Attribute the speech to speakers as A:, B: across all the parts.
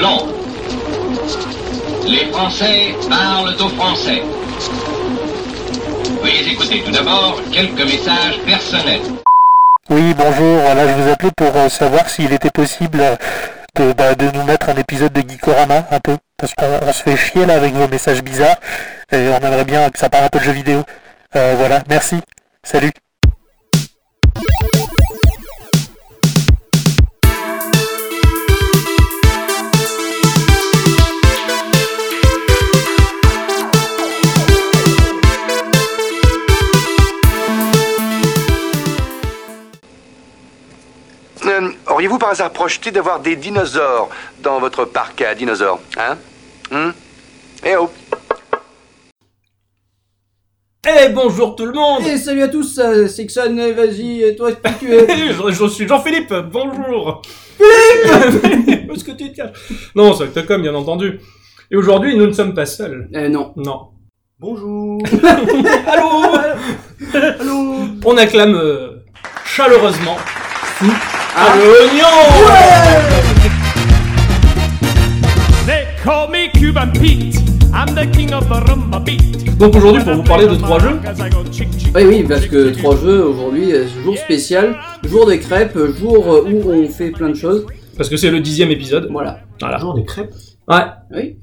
A: long. Les Français parlent aux Français. Veuillez écouter tout d'abord quelques messages personnels.
B: Oui, bonjour. Voilà, je vous appelais pour euh, savoir s'il était possible euh, de, bah, de nous mettre un épisode de Geekorama, un peu. Parce qu'on on se fait chier là avec vos messages bizarres. Et on aimerait bien que ça parle un peu de jeux vidéo. Euh, voilà, merci. Salut.
C: Euh, Auriez-vous par hasard projeté d'avoir des dinosaures dans votre parc à dinosaures Hein Hum Eh oh
D: Eh bonjour tout le monde
E: Et salut à tous, euh, Sexon, euh, vas-y, euh, toi, explique
D: je, je suis Jean-Philippe, bonjour Philippe Où est-ce que tu te caches Non, c'est Octocom, bien entendu. Et aujourd'hui, nous ne sommes pas seuls.
E: Euh, non.
D: Non.
F: Bonjour
D: Allô
F: Allô
D: On acclame euh, chaleureusement Fou à l'oignon
G: They call me Cuban Pete. I'm the king of the rumba beat.
D: Donc aujourd'hui, pour vous parler de trois jeux,
E: Oui, Eh oui, parce que trois jeux aujourd'hui, euh, jour spécial, jour des crêpes, jour euh, où on fait plein de choses.
D: parce que c'est le dixième épisode.
E: Voilà.
D: Voilà.
F: Jour des crêpes
D: Ouais,
E: Oui.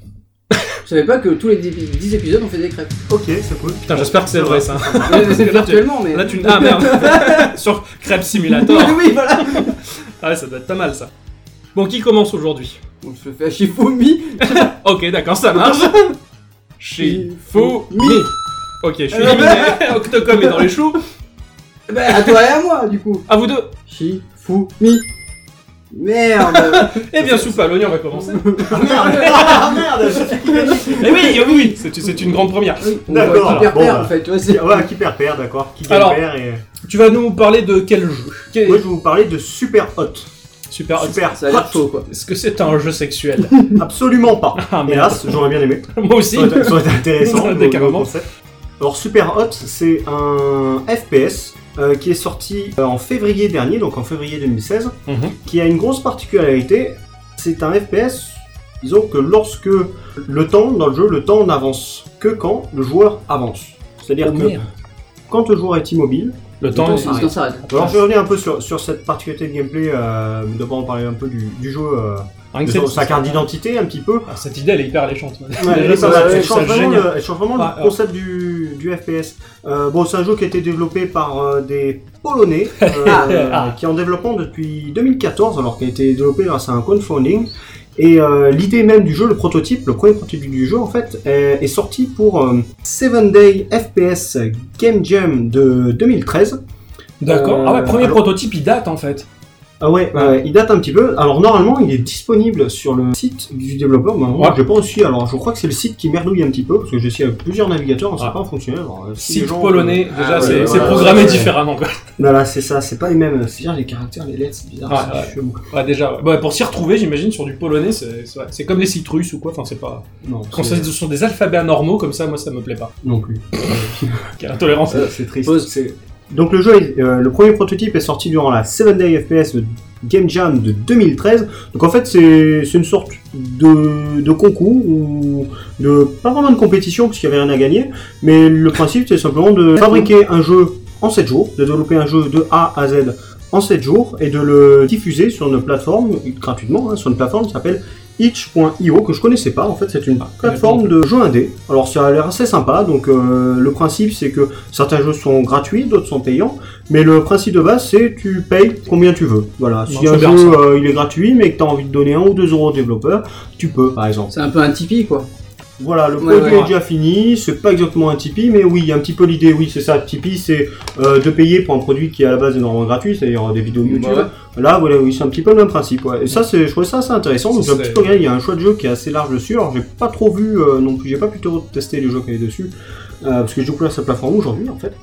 E: Je savais pas que tous les 10 épisodes on fait des crêpes.
F: Ok, c'est cool.
D: putain, j'espère que c'est vrai ça.
E: Ouais, mais C'est
D: Là, tu-
E: virtuellement, mais.
D: Là, tu... Ah merde Sur Crêpe Simulator.
E: oui, voilà
D: Ah ouais, ça doit être pas mal ça. Bon, qui commence aujourd'hui
E: On se fait à Shifumi.
D: Ok, d'accord, ça marche. Shifumi. Ok, je suis éliminé. Octocom est dans les choux.
E: Bah, à toi et à moi, du coup.
D: À vous deux.
E: Shifumi. Merde
D: Eh bien, soupe à l'oignon, on va commencer.
F: Ah merde Ah merde je-
D: Eh oui, eh oui, c'est c'est une grande première.
E: Oui, on
F: D'accord,
E: voit qui perd,
F: bon,
E: perd,
F: bah.
E: en fait, tu vois, c'est.
F: Ouais, qui perd perd, d'accord. Qui gagne
D: Alors-
F: perd et...
D: Tu vas nous parler de quel jeu Quel-
F: Moi, je vais vous parler de Super Hot.
D: Super.
F: Super
E: Ça a l'air
F: Hot.
E: chaud, quoi.
D: Est-ce que c'est un jeu sexuel
F: Absolument pas.
D: Ah, merde.
F: Hélas, j'aurais bien aimé.
D: Moi aussi.
F: Ça aurait été- ça aurait été intéressant.
D: Ouais,
F: le- le
D: carrément.
F: concept. Alors Super Hot, c'est un FPS euh, qui est sorti euh, en février dernier, donc en février 2016,
D: Mhm.
F: qui a une grosse particularité. C'est un FPS, disons que lorsque le temps dans le jeu, le temps n'avance que quand le joueur avance. C'est-à-dire
D: Oh,
F: que
D: merde.
F: quand le joueur est immobile,
D: Le
E: On
D: temps.
F: s'arrête.
E: s'arrête.
D: Ah,
F: alors je vais Bah, revenir un peu sur, sur cette particularité de gameplay, euh, d'abord on parlait un peu du, du jeu, euh,
D: Rien
F: de
D: que
F: son-
D: cette-
F: sa carte d'identité un petit peu,
D: Ah, Cette idée, elle est hyper alléchante.
F: Ouais,
D: Déjà,
F: elle est
D: ça,
F: pas mal.
D: je
F: Elle
D: trouve ça
F: change vraiment
D: génial. Ah, oh.
F: le, elle change vraiment le
D: Ouais, ouais.
F: concept du, du FPS. Euh, bon, c'est un jeu qui a été développé par euh, des Polonais, euh,
D: Ah.
F: qui est en développement depuis 2014, alors qu'il a été développé grâce à un crowdfunding. Et euh, l'idée même du jeu, le prototype, le premier prototype du jeu en fait, est, est sorti pour euh, Seven Day FPS Game Jam de 2013.
D: D'accord. Ah ouais,
F: Euh,
D: premier
F: alors-
D: prototype, il date en fait.
F: Ah ouais, euh, il date un petit peu. Alors normalement, il est disponible sur le site du développeur. Bah, moi,
D: Ouais.
F: Je pense aussi. Alors je crois que c'est le site qui merdouille un petit peu parce que j'ai essayé avec plusieurs navigateurs, on ne sait
D: Ah.
F: pas fonctionner. Alors, euh, si les
D: Site
F: gens-
D: polonais,
F: Ah
D: déjà,
F: ouais,
D: c'est
F: ouais,
D: c'est
F: ouais,
D: programmé
F: ouais.
D: différemment quoi.
F: Voilà, c'est ça. C'est pas les mêmes. C'est dire les caractères, les lettres, c'est bizarre.
D: Ouais,
F: c'est
D: ouais.
F: chelou.
D: Ouais, déjà, ouais. Bah, pour s'y retrouver, j'imagine, sur du polonais, c'est c'est- ouais, c'est comme les sites russes ou quoi, enfin, c'est pas.
F: Non,
D: Quand
F: c'est-
D: ce sont des alphabets anormaux comme ça, moi, ça me plaît pas.
F: non plus.
D: Quelle intolérance.
F: Euh, c'est triste.
E: Pause.
F: C'est- Donc le jeu, est- euh, le premier prototype est sorti durant la 7 Day FPS de Game Jam de 2013. Donc en fait, c'est c'est une sorte de, de concours ou de pas vraiment de compétition parce qu'il n'y avait rien à gagner, mais le principe c'est simplement de fabriquer un jeu en 7 jours, de développer un jeu de A à Z en 7 jours et de le diffuser sur une plateforme gratuitement, hein, sur une plateforme qui s'appelle itch.io que je connaissais pas en fait c'est une plateforme de jeux indé alors ça a l'air assez sympa donc euh, le principe c'est que certains jeux sont gratuits d'autres sont payants mais le principe de base c'est tu payes combien tu veux voilà si
D: c'est
F: un jeu
D: bien, ça.
F: euh, il est gratuit mais que tu as envie de donner un ou deux euros au développeur tu peux par exemple
E: C'est un peu un Tipeee, quoi.
F: voilà, le
E: Ouais,
F: produit
E: ouais.
F: est déjà fini, c'est pas exactement un Tipeee, mais oui, il y a un petit peu l'idée, oui, c'est ça. Tipeee, c'est euh, de payer pour un produit qui est à la base énormément gratuit, c'est-à-dire euh, des vidéos YouTube.
E: Bah Ouais.
F: Là, voilà, oui, c'est un petit peu le même principe. ouais. Et ça, c'est, je trouvais ça assez intéressant. Donc,
D: Ça,
F: j'ai un petit
D: c'est-
F: peu regardé, il y a un choix de jeu qui est assez large dessus. Alors, j'ai pas trop vu euh, non plus, j'ai pas pu trop tester les jeux qu'il y avait dessus, euh, parce que j'ai découvert cette plateforme aujourd'hui, en fait.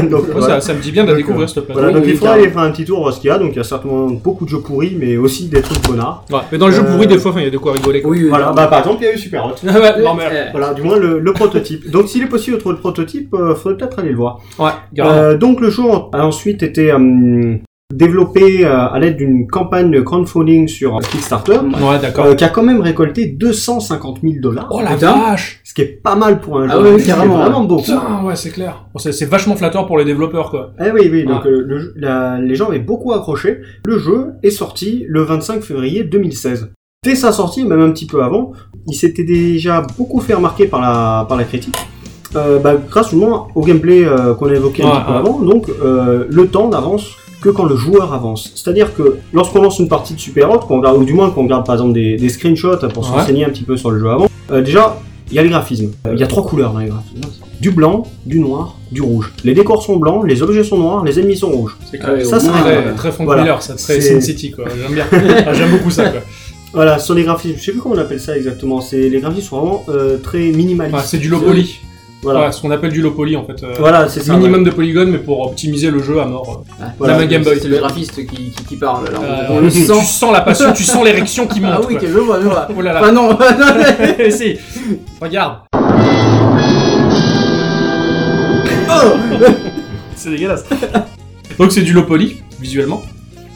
F: donc,
D: Moi,
F: voilà.
D: ça, ça me dit bien de la
F: Donc,
D: découvrir, cette plateforme.
F: Voilà, donc
E: Bah, Oui,
F: il faudra
E: oui,
F: aller faire un petit tour voir ce qu'il y a. Donc, il y a certainement beaucoup de jeux pourris, mais aussi des trucs connards.
D: Ouais, mais dans les jeux
F: Euh,
D: pourris, des fois, il y a de quoi rigoler. quoi.
E: Oui, oui.
F: Voilà, bah, par exemple, il y a eu Super Hot.
D: Ah ouais, non, mais-
E: Euh,
F: Voilà, du moins le, le prototype. Donc s'il est possible de trouver euh, le prototype, il faudrait peut-être aller le voir.
D: Ouais, grave.
F: Euh, donc le jeu a ensuite été euh, développé euh, à l'aide d'une campagne de crowdfunding sur euh, Kickstarter,
D: Ouais, d'accord.
F: euh, qui a quand même récolté 250 000 dollars,
D: oh la
E: putain.
D: vache
F: ce qui est pas mal pour un jeu.
E: Ah ouais,
F: c'est
E: carrément,
F: vraiment beau.
D: Putain, ouais, c'est clair. Bon, c'est c'est vachement flatteur pour les développeurs, quoi.
F: Ah oui, oui, donc euh, le jeu- la- les gens avaient beaucoup accroché. Le jeu est sorti le 25 février 2016. Dès sa sortie, même un petit peu avant, il s'était déjà beaucoup fait remarquer par la, par la critique. Euh, bah, grâce justement au gameplay euh, qu'on a évoqué un
D: Ouais,
F: petit peu
D: ouais.
F: avant, donc euh, le temps d'avance que quand le joueur avance. C'est-à-dire que lorsqu'on lance une partie de Super Hot, qu'on regarde, ou du moins qu'on regarde par exemple des, des screenshots pour se
D: Ouais.
F: renseigner un petit peu sur le jeu avant, euh, déjà il y a les graphismes. Euh, Il y a trois couleurs dans les graphismes. Du blanc, du noir, du rouge. Les décors sont blancs, les objets sont noirs, les ennemis sont rouges.
D: C'est
E: Ah ouais,
D: clair.
E: au
F: Ça, c'est
E: moins,
F: vrai.
D: Très,
E: euh,
D: très Frank
F: Voilà.
D: Miller, ça, très
F: C'est-
D: Sin City, quoi. J'aime bien. Ah, J'aime beaucoup ça, quoi.
F: Voilà, sur les graphismes, je sais plus comment on appelle ça exactement. C'est les graphismes sont vraiment euh, très minimalistes.
D: Ouais, Ah, c'est du low poly.
F: Voilà,
D: Ouais, ce qu'on appelle du low poly, en fait. euh,
F: voilà, c'est ça.
D: minimum de polygones, mais pour optimiser le jeu à mort. euh.
F: Voilà,
D: la main Game Boy.
E: C'est le graphiste qui, qui, qui parle. Alors,
D: Euh,
E: on, on le
D: tu
E: sent.
D: sens la passion, tu sens l'érection qui monte.
E: Ah oui,
D: quoi.
E: que je vois, je vois.
D: Oh là là.
E: Ah non,
D: si. Regarde.
E: oh.
D: c'est dégueulasse. Donc c'est du low poly, visuellement.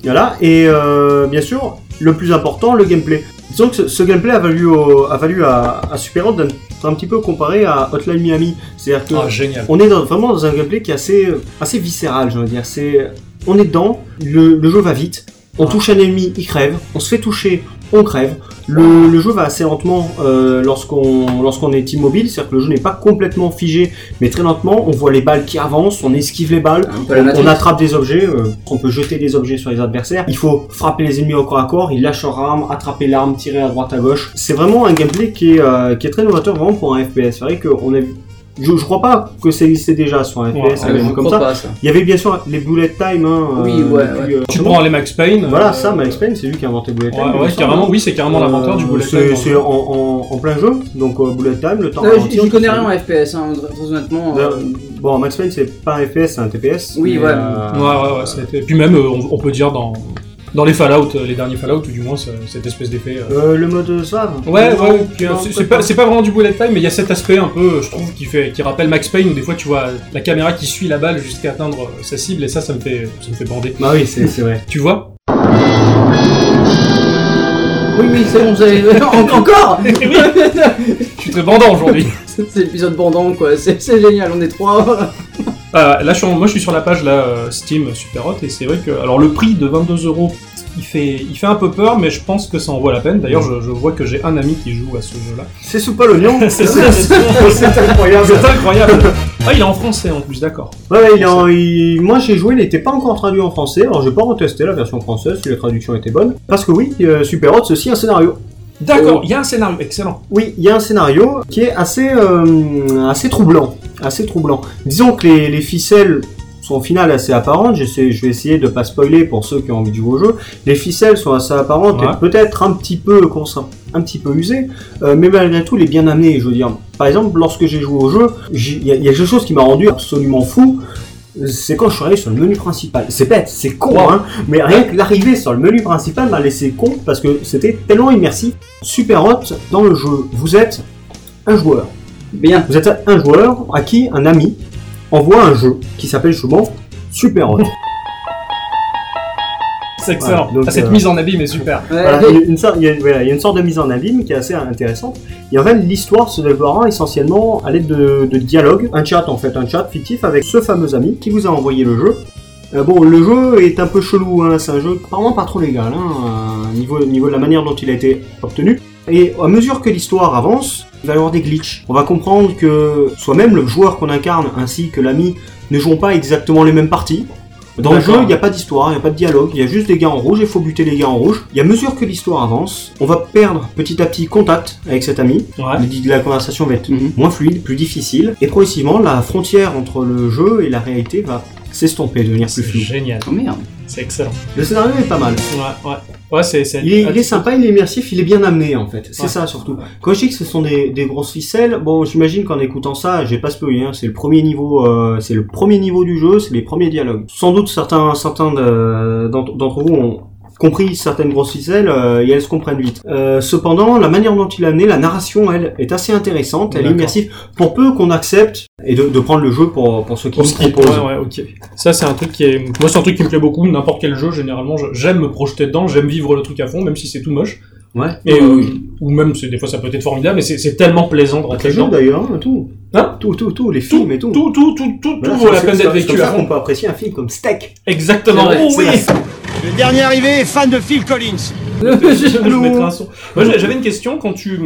F: Voilà, et euh, bien sûr, le plus important, le gameplay. Disons que ce, ce gameplay a valu, au- a valu à, à Superhot d'être un petit peu comparé à Hotline Miami. C'est-à-dire que
D: Ah, génial.
F: on est dans- vraiment dans un gameplay qui est assez, assez viscéral, je veux dire. C'est, on est dedans, le, le jeu va vite, on touche un ennemi, il crève, on se fait toucher, on crève. Le, le jeu va assez lentement euh, lorsqu'on, lorsqu'on est immobile, c'est-à-dire que le jeu n'est pas complètement figé, mais très lentement, on voit les balles qui avancent, on esquive les balles.
E: Un peu la
F: On,
E: matrice.
F: on attrape des objets, euh, on peut jeter des objets sur les adversaires. Il faut frapper les ennemis au corps à corps, ils lâchent leur arme, attraper l'arme, tirer à droite à gauche. C'est vraiment un gameplay qui est, euh, qui est très novateur vraiment pour un FPS. C'est vrai qu'on a je, je crois pas que ça existait déjà sur un FPS,
D: Ouais,
F: un
E: Ah, mais
F: jeu
E: je
F: comme
E: crois
F: ça.
E: pas ça.
F: Il y avait bien sûr les bullet time. Hein,
E: Oui, ouais,
F: depuis, euh,
D: Tu
F: vraiment.
D: prends les Max Payne.
F: Voilà,
D: euh,
F: ça, Max Payne, c'est lui qui a inventé bullet
D: Ouais,
F: time. il me
D: ouais,
F: semble.
D: carrément, oui, c'est carrément l'inventeur du
F: Euh,
D: bullet
F: c'est-
D: time.
F: C'est en, en- en plein jeu, donc euh, bullet time, le temps
E: Non,
F: ralenti,
E: j'y- J'y
F: on
E: connais
F: sait-
E: rien en FPS, hein, très honnêtement.
F: Euh,
E: euh,
F: Bon, Max Payne, c'est pas un FPS, c'est un TPS.
E: Oui,
F: mais,
E: ouais.
F: euh,
D: Ouais, ouais, ouais. ça a été- Et puis même, euh, on, on peut dire dans, dans les Fallout, euh, les derniers Fallout, ou du moins, ça- cette espèce d'effet. euh.
F: Euh, le mode Zave
D: Ouais,
F: Non,
D: ouais, puis, euh,
F: non,
D: c'est- c'est
F: peut-être
D: pas, c'est pas vraiment du bullet time, mais il y a cet aspect un peu, euh, je trouve, qui, fait, qui rappelle Max Payne, où des fois tu vois la caméra qui suit la balle jusqu'à atteindre euh, sa cible, et ça, ça me fait, ça me fait bander.
F: Bah oui, c'est c'est vrai.
D: Tu vois
E: Oui, oui, c'est bon, vous avez- En- Encore
D: Je suis très bandant aujourd'hui.
E: C'est l'épisode bandant, quoi. C'est c'est génial, on est trois.
D: Euh, là, je suis en- moi, je suis sur la page là, euh, Steam Super Hot, et c'est vrai que, alors, le prix de 22 euros, il fait, il fait un peu peur, mais je pense que ça en vaut la peine. D'ailleurs, je, je vois que j'ai un ami qui joue à ce jeu-là.
F: C'est sous pas l'oignon
D: C'est ça, c'est-
F: Ah, C'est incroyable
D: C'est incroyable. Ah, il est en français en plus, d'accord.
F: Ouais, il est en- il- moi j'ai joué, il n'était pas encore traduit en français, alors j'ai pas retesté la version française si la traduction était bonne. Parce que oui, euh, Super Hot, ceci un scénario. Oh.
D: D'accord, il y a un scénario, excellent.
F: Oui, il y a un scénario qui est assez, euh, assez troublant. Assez troublant. Disons que les, les ficelles sont au final assez apparentes. J'essaie- Je vais essayer de pas spoiler pour ceux qui ont envie de jouer au jeu. Les ficelles sont assez apparentes
D: Ouais.
F: et peut-être un petit peu comment ça, un petit peu usées, euh, mais malgré tout les bien amenées. Je veux dire, par exemple, lorsque j'ai joué au jeu, j'ai- il y, a- il y a quelque chose qui m'a rendu absolument fou. C'est quand je suis arrivé sur le menu principal. C'est bête, c'est con,
D: Ouais.
F: hein, mais rien que l'arrivée sur le menu principal m'a laissé con parce que c'était tellement immersif. Super hot dans le jeu. Vous êtes un joueur.
E: Bien.
F: Vous êtes un joueur à qui un ami envoie un jeu qui s'appelle souvent Super hot.
D: C'est excellent.
F: Ouais, donc,
D: Ah, cette
F: euh,
D: mise en abîme est super.
F: Voilà, il y a une sorte- il y a- voilà, il y a une sorte de mise en abîme qui est assez intéressante. Et en fait, l'histoire se développera essentiellement à l'aide de, de dialogues, un chat en fait, un chat fictif avec ce fameux ami qui vous a envoyé le jeu. Euh, bon, le jeu est un peu chelou, hein, c'est un jeu vraiment pas trop légal, hein, euh, niveau, niveau de la manière dont il a été obtenu. Et à mesure que l'histoire avance, il va y avoir des glitches. On va comprendre que soi-même, le joueur qu'on incarne ainsi que l'ami ne jouent pas exactement les mêmes parties. Dans le jeu,
D: D'accord.
F: il n'y a pas d'histoire, il n'y a pas de dialogue, il y a juste des gars en rouge et il faut buter les gars en rouge. Et à mesure que l'histoire avance, on va perdre petit à petit contact avec cet ami.
D: Ouais.
F: Le- La conversation va être
E: Mhm.
F: moins fluide, plus difficile. Et progressivement, la frontière entre le jeu et la réalité va s'estomper, devenir plus
D: C'est
F: fluide.
D: génial.
E: Oh merde.
D: C'est excellent.
F: Le scénario est pas mal.
D: Ouais, ouais. Ouais, c'est. c'est-
F: Il est, il est sympa, il est immersif, il est bien amené en fait. C'est
D: Ouais.
F: ça surtout. Quand je dis que ce sont des, des grosses ficelles, bon, j'imagine qu'en écoutant ça, j'ai pas spoilé. Hein, c'est le premier niveau, euh, c'est le premier niveau du jeu, c'est les premiers dialogues. Sans doute certains, certains de- d'entre d'entre vous ont compris certaines grosses ficelles euh, et elles se comprennent vite. Euh, cependant, la manière dont il a amené la narration, elle, est assez intéressante, elle est
D: D'accord.
F: immersive, pour peu qu'on accepte et de, de prendre le jeu pour, pour ce qu'il
D: Au
F: nous
D: script,
F: propose.
D: ouais, ouais, ok. Ça, c'est un truc qui est. Moi, c'est un truc qui me plaît beaucoup. N'importe quel jeu, généralement, je- j'aime me projeter dedans, j'aime vivre le truc à fond, même si c'est tout moche.
F: Ouais.
D: Et,
E: Oui,
D: euh,
E: oui.
D: Ou même, c'est- des fois, ça peut être formidable, mais c'est c'est tellement plaisant de rentrer
F: Les jeux
D: dedans.
F: d'ailleurs, hein, tout.
D: Hein
F: tout, tout, tout, les
D: Tout,
F: films et
D: tout,
F: tout.
D: tout, tout, tout, tout
F: Voilà,
D: vaut la
F: c'est-
D: peine
F: c'est-
D: d'être
F: c'est
D: vécu
F: comme ça
D: à
F: qu'on
D: fond.
F: peut apprécier un film comme Steak.
D: Exactement.
E: C'est vrai,
D: Oh
F: c'est
D: oui.
F: la
H: Le dernier arrivé est fan de Phil Collins.
D: Je vais mettre un son. Moi, j'ai- j'avais une question. Quand tu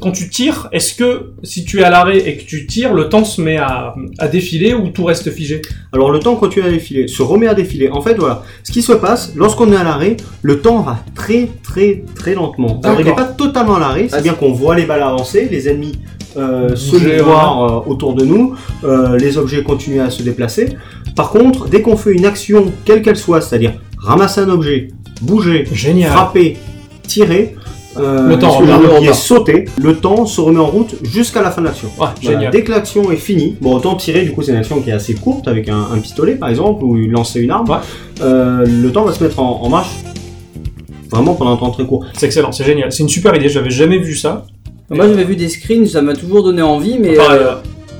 D: quand tu tires, est-ce que si tu es à l'arrêt et que tu tires, le temps se met à, à défiler ou tout reste figé
F: Alors le temps continue à défiler, se remet à défiler. En fait, voilà, ce qui se passe, lorsqu'on est à l'arrêt, le temps va très très très lentement. Alors il n'est
D: D'accord.
F: pas totalement à l'arrêt, c'est
E: Ah,
F: bien qu'on voit les balles avancer, les ennemis euh, se
D: Bouger,
F: mouvoir euh, autour de nous, euh, les objets continuent à se déplacer. Par contre, dès qu'on fait une action, quelle qu'elle soit, c'est-à-dire ramasser un objet, bouger,
D: Génial.
F: frapper, tirer, euh,
D: Le temps
F: ce que j'ai
D: repart.
F: oublié, sauter, le temps se remet en route jusqu'à la fin de l'action.
D: Ah,
F: Voilà,
D: génial.
F: Dès que l'action est finie, bon autant tirer, du coup c'est une action qui est assez courte avec un, un pistolet par exemple ou lancer une arme,
D: Ouais.
F: Euh, le temps va se mettre en, en marche vraiment pendant un temps très court.
D: C'est excellent. C'est génial. C'est une super idée. J'avais jamais vu ça.
E: Moi j'avais vu des screens, ça m'a toujours donné envie, mais
D: Pareil,
E: euh,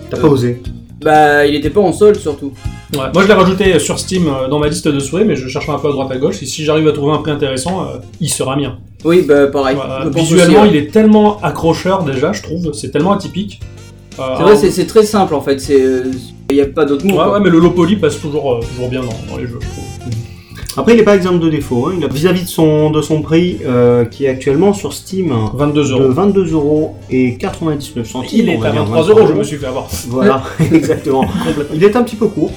F: T'as
E: Euh,
F: pas osé.
E: bah il était pas en solde surtout.
D: Ouais. Moi, je l'ai rajouté sur Steam euh, dans ma liste de souhaits, mais je cherche un peu à droite à gauche. Et si j'arrive à trouver un prix intéressant, euh, il sera mien.
E: Oui, bah pareil.
F: Ah,
D: Voilà.
E: Je pense
D: Visuellement,
E: aussi, hein.
F: hein.
D: il est tellement accrocheur déjà, je trouve. C'est tellement atypique. Euh,
E: C'est vrai, c'est- c'est très simple en fait, c'est il y a pas d'autre mot.
D: Ouais,
E: quoi.
D: ouais, mais le Lopoli passe toujours, euh, toujours bien dans, dans les jeux, je trouve.
F: Après il n'est pas exempt de défaut. hein. Il a- Vis-à-vis de son de son prix euh, qui est actuellement sur Steam hein,
D: 22
F: de
D: euros.
F: 22 euros et 99 centimes.
D: Il
F: on
D: est
F: va
D: à
F: dire,
D: 23 euros, je me suis fait avoir.
F: Voilà, exactement. Il est un petit peu court.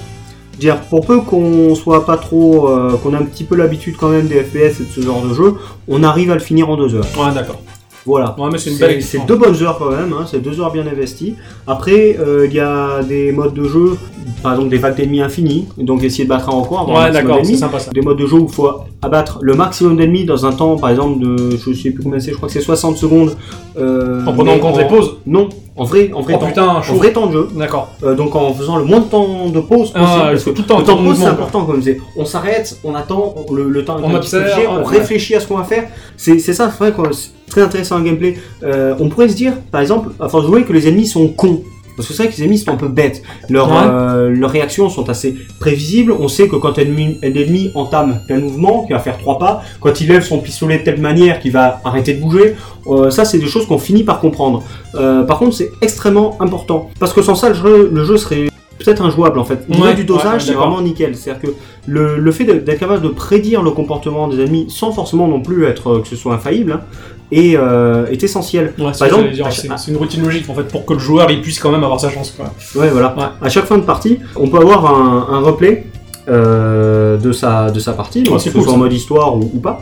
F: Dire pour peu qu'on soit pas trop, euh, qu'on a un petit peu l'habitude quand même des FPS et de ce genre de jeu, on arrive à le finir en deux heures.
D: Ouais, d'accord.
F: Voilà.
D: Ouais, mais c'est une belle
F: C'est c'est
D: expérience.
F: deux bonnes heures quand même, hein, c'est deux heures bien investies. Après, euh, il y a des modes de jeu, par exemple des vagues d'ennemis infinies, donc essayer de battre un record. avoir un
D: Ouais,
F: maximum
D: d'accord, c'est
F: d'ennemis.
D: sympa ça.
F: Des modes de jeu où il faut abattre le maximum d'ennemis dans un temps, par exemple, de je sais plus combien c'est, je crois que c'est 60 secondes. euh,
D: En prenant en
F: mais
D: compte les pauses.
F: Non, en vrai, en vrai
D: Oh
F: temps.
D: putain,
F: En
D: chaud.
F: vrai temps de jeu.
D: D'accord.
F: Euh, donc en faisant le moins de temps de pause possible.
D: Ah,
F: parce
D: c'est
F: que
D: tout le temps,
F: le temps
D: tout
F: de
D: le
F: pause c'est
D: mouvement,
F: important comme c'est. On s'arrête, on attend, on- le, le temps est
D: On
F: un petit peu
D: observe,
F: figé, on
D: ouais.
F: réfléchit à ce qu'on va faire. C'est c'est ça, c'est vrai que c'est très intéressant le gameplay. Euh, on pourrait se dire, par exemple, à force de jouer, que les ennemis sont cons. Parce que c'est vrai que les ennemis sont un peu bêtes. Leurs,
D: Ouais.
F: euh, leurs réactions sont assez prévisibles. On sait que quand un ennemi, un ennemi entame tel mouvement, qu'il va faire trois pas, quand il lève son pistolet de telle manière qu'il va arrêter de bouger, euh, ça c'est des choses qu'on finit par comprendre. Euh, par contre, c'est extrêmement important. Parce que sans ça, le jeu, le jeu serait peut-être injouable en fait. Au niveau
D: Ouais,
F: du dosage,
D: ouais, ouais,
F: c'est
D: d'accord.
F: vraiment nickel. C'est-à-dire que le, le fait de- d'être capable de prédire le comportement des ennemis sans forcément non plus être euh, que ce soit infaillible hein, est, euh, est essentiel.
D: Ouais, c'est
F: Par
D: ce que
F: exemple,
D: j'allais dire,
F: à
D: c'est
F: chaque-
D: c'est une routine logique en fait pour que le joueur il puisse quand même avoir sa chance. Quoi.
F: Ouais, voilà.
D: Ouais.
F: À chaque fin de partie, on peut avoir un, un replay euh, de, sa, de sa partie,
D: Oh,
F: donc
D: c'est
F: que ce
D: cool,
F: soit en
D: ça.
F: mode histoire ou, ou pas.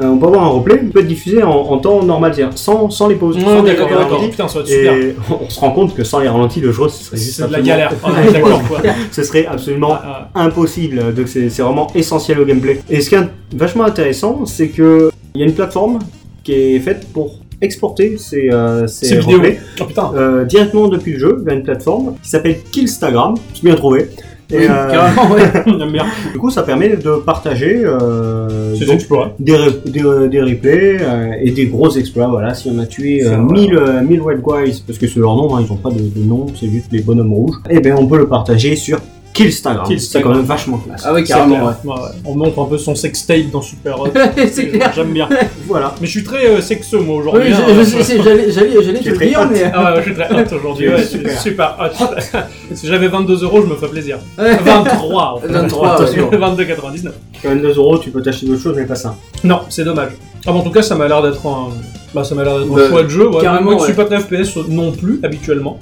F: Euh, on peut avoir un replay qui peut être diffusé en, en temps normal, c'est-à-dire sans, sans les pauses,
D: Ouais,
F: sans les
D: d'accord,
F: ralentis.
D: d'accord. Putain, ça va être super.
F: Et on se rend compte que sans les ralentis, le jeu, ce serait juste
D: C'est de la
F: absolument-
D: galère. Ah, ouais, d'accord, quoi.
F: ce serait absolument
D: Ah, ah.
F: impossible. Donc c'est c'est vraiment essentiel au gameplay. Et ce qui est vachement intéressant, c'est que il y a une plateforme qui est faite pour exporter ces, euh, ces
D: C'est vidéo.
F: replays,
D: Oh putain.
F: euh, directement depuis le jeu vers une plateforme qui s'appelle Killstagram. C'est bien trouvé.
E: Oui,
F: Et euh,
E: carrément, ouais.
D: Merde,
F: du coup, ça permet de partager euh,
D: c'est hein.
F: donc,
D: exploré.
F: des, re- des, re- des replays euh, et des gros exploits. Voilà, si on a tué
D: C'est
F: euh,
D: vrai.
F: 1000 euh, 1000 White Guys, parce que c'est leur nom, hein, ils ont pas de, de nom, c'est juste les bonhommes rouges, et bien on peut le partager sur Killstagram. C'est
D: Killstagram.
F: quand même vachement classe.
E: Ah oui,
D: C'est
E: carrément, ouais.
D: clair. Ouais, ouais. On montre un peu son sextape dans Super Hot.
E: c'est clair.
D: J'aime bien.
F: Voilà.
D: Mais je suis très euh, sexeux moi
E: Oui,
D: aujourd'hui. hein.
E: je, je sais, c'est- j'allais, j'allais, j'allais te
F: J'ai
E: le
F: très
E: dire,
F: hâte.
E: mais.
D: Ah ouais, je suis très hot aujourd'hui. Ouais, je suis super hot. si j'avais 22 euros, je me ferais plaisir. 23. en fait.
E: 23, attention.
D: 22,99.
F: 22 euros, tu peux t'acheter d'autres choses, mais pas ça.
D: Non, c'est dommage. Ah, mais en tout cas, ça m'a l'air d'être un, bah, ça m'a l'air d'être un
E: Bah,
D: choix de jeu. ouais.
E: carrément,
D: Moi, qui suis
E: ouais.
D: pas très FPS non plus habituellement.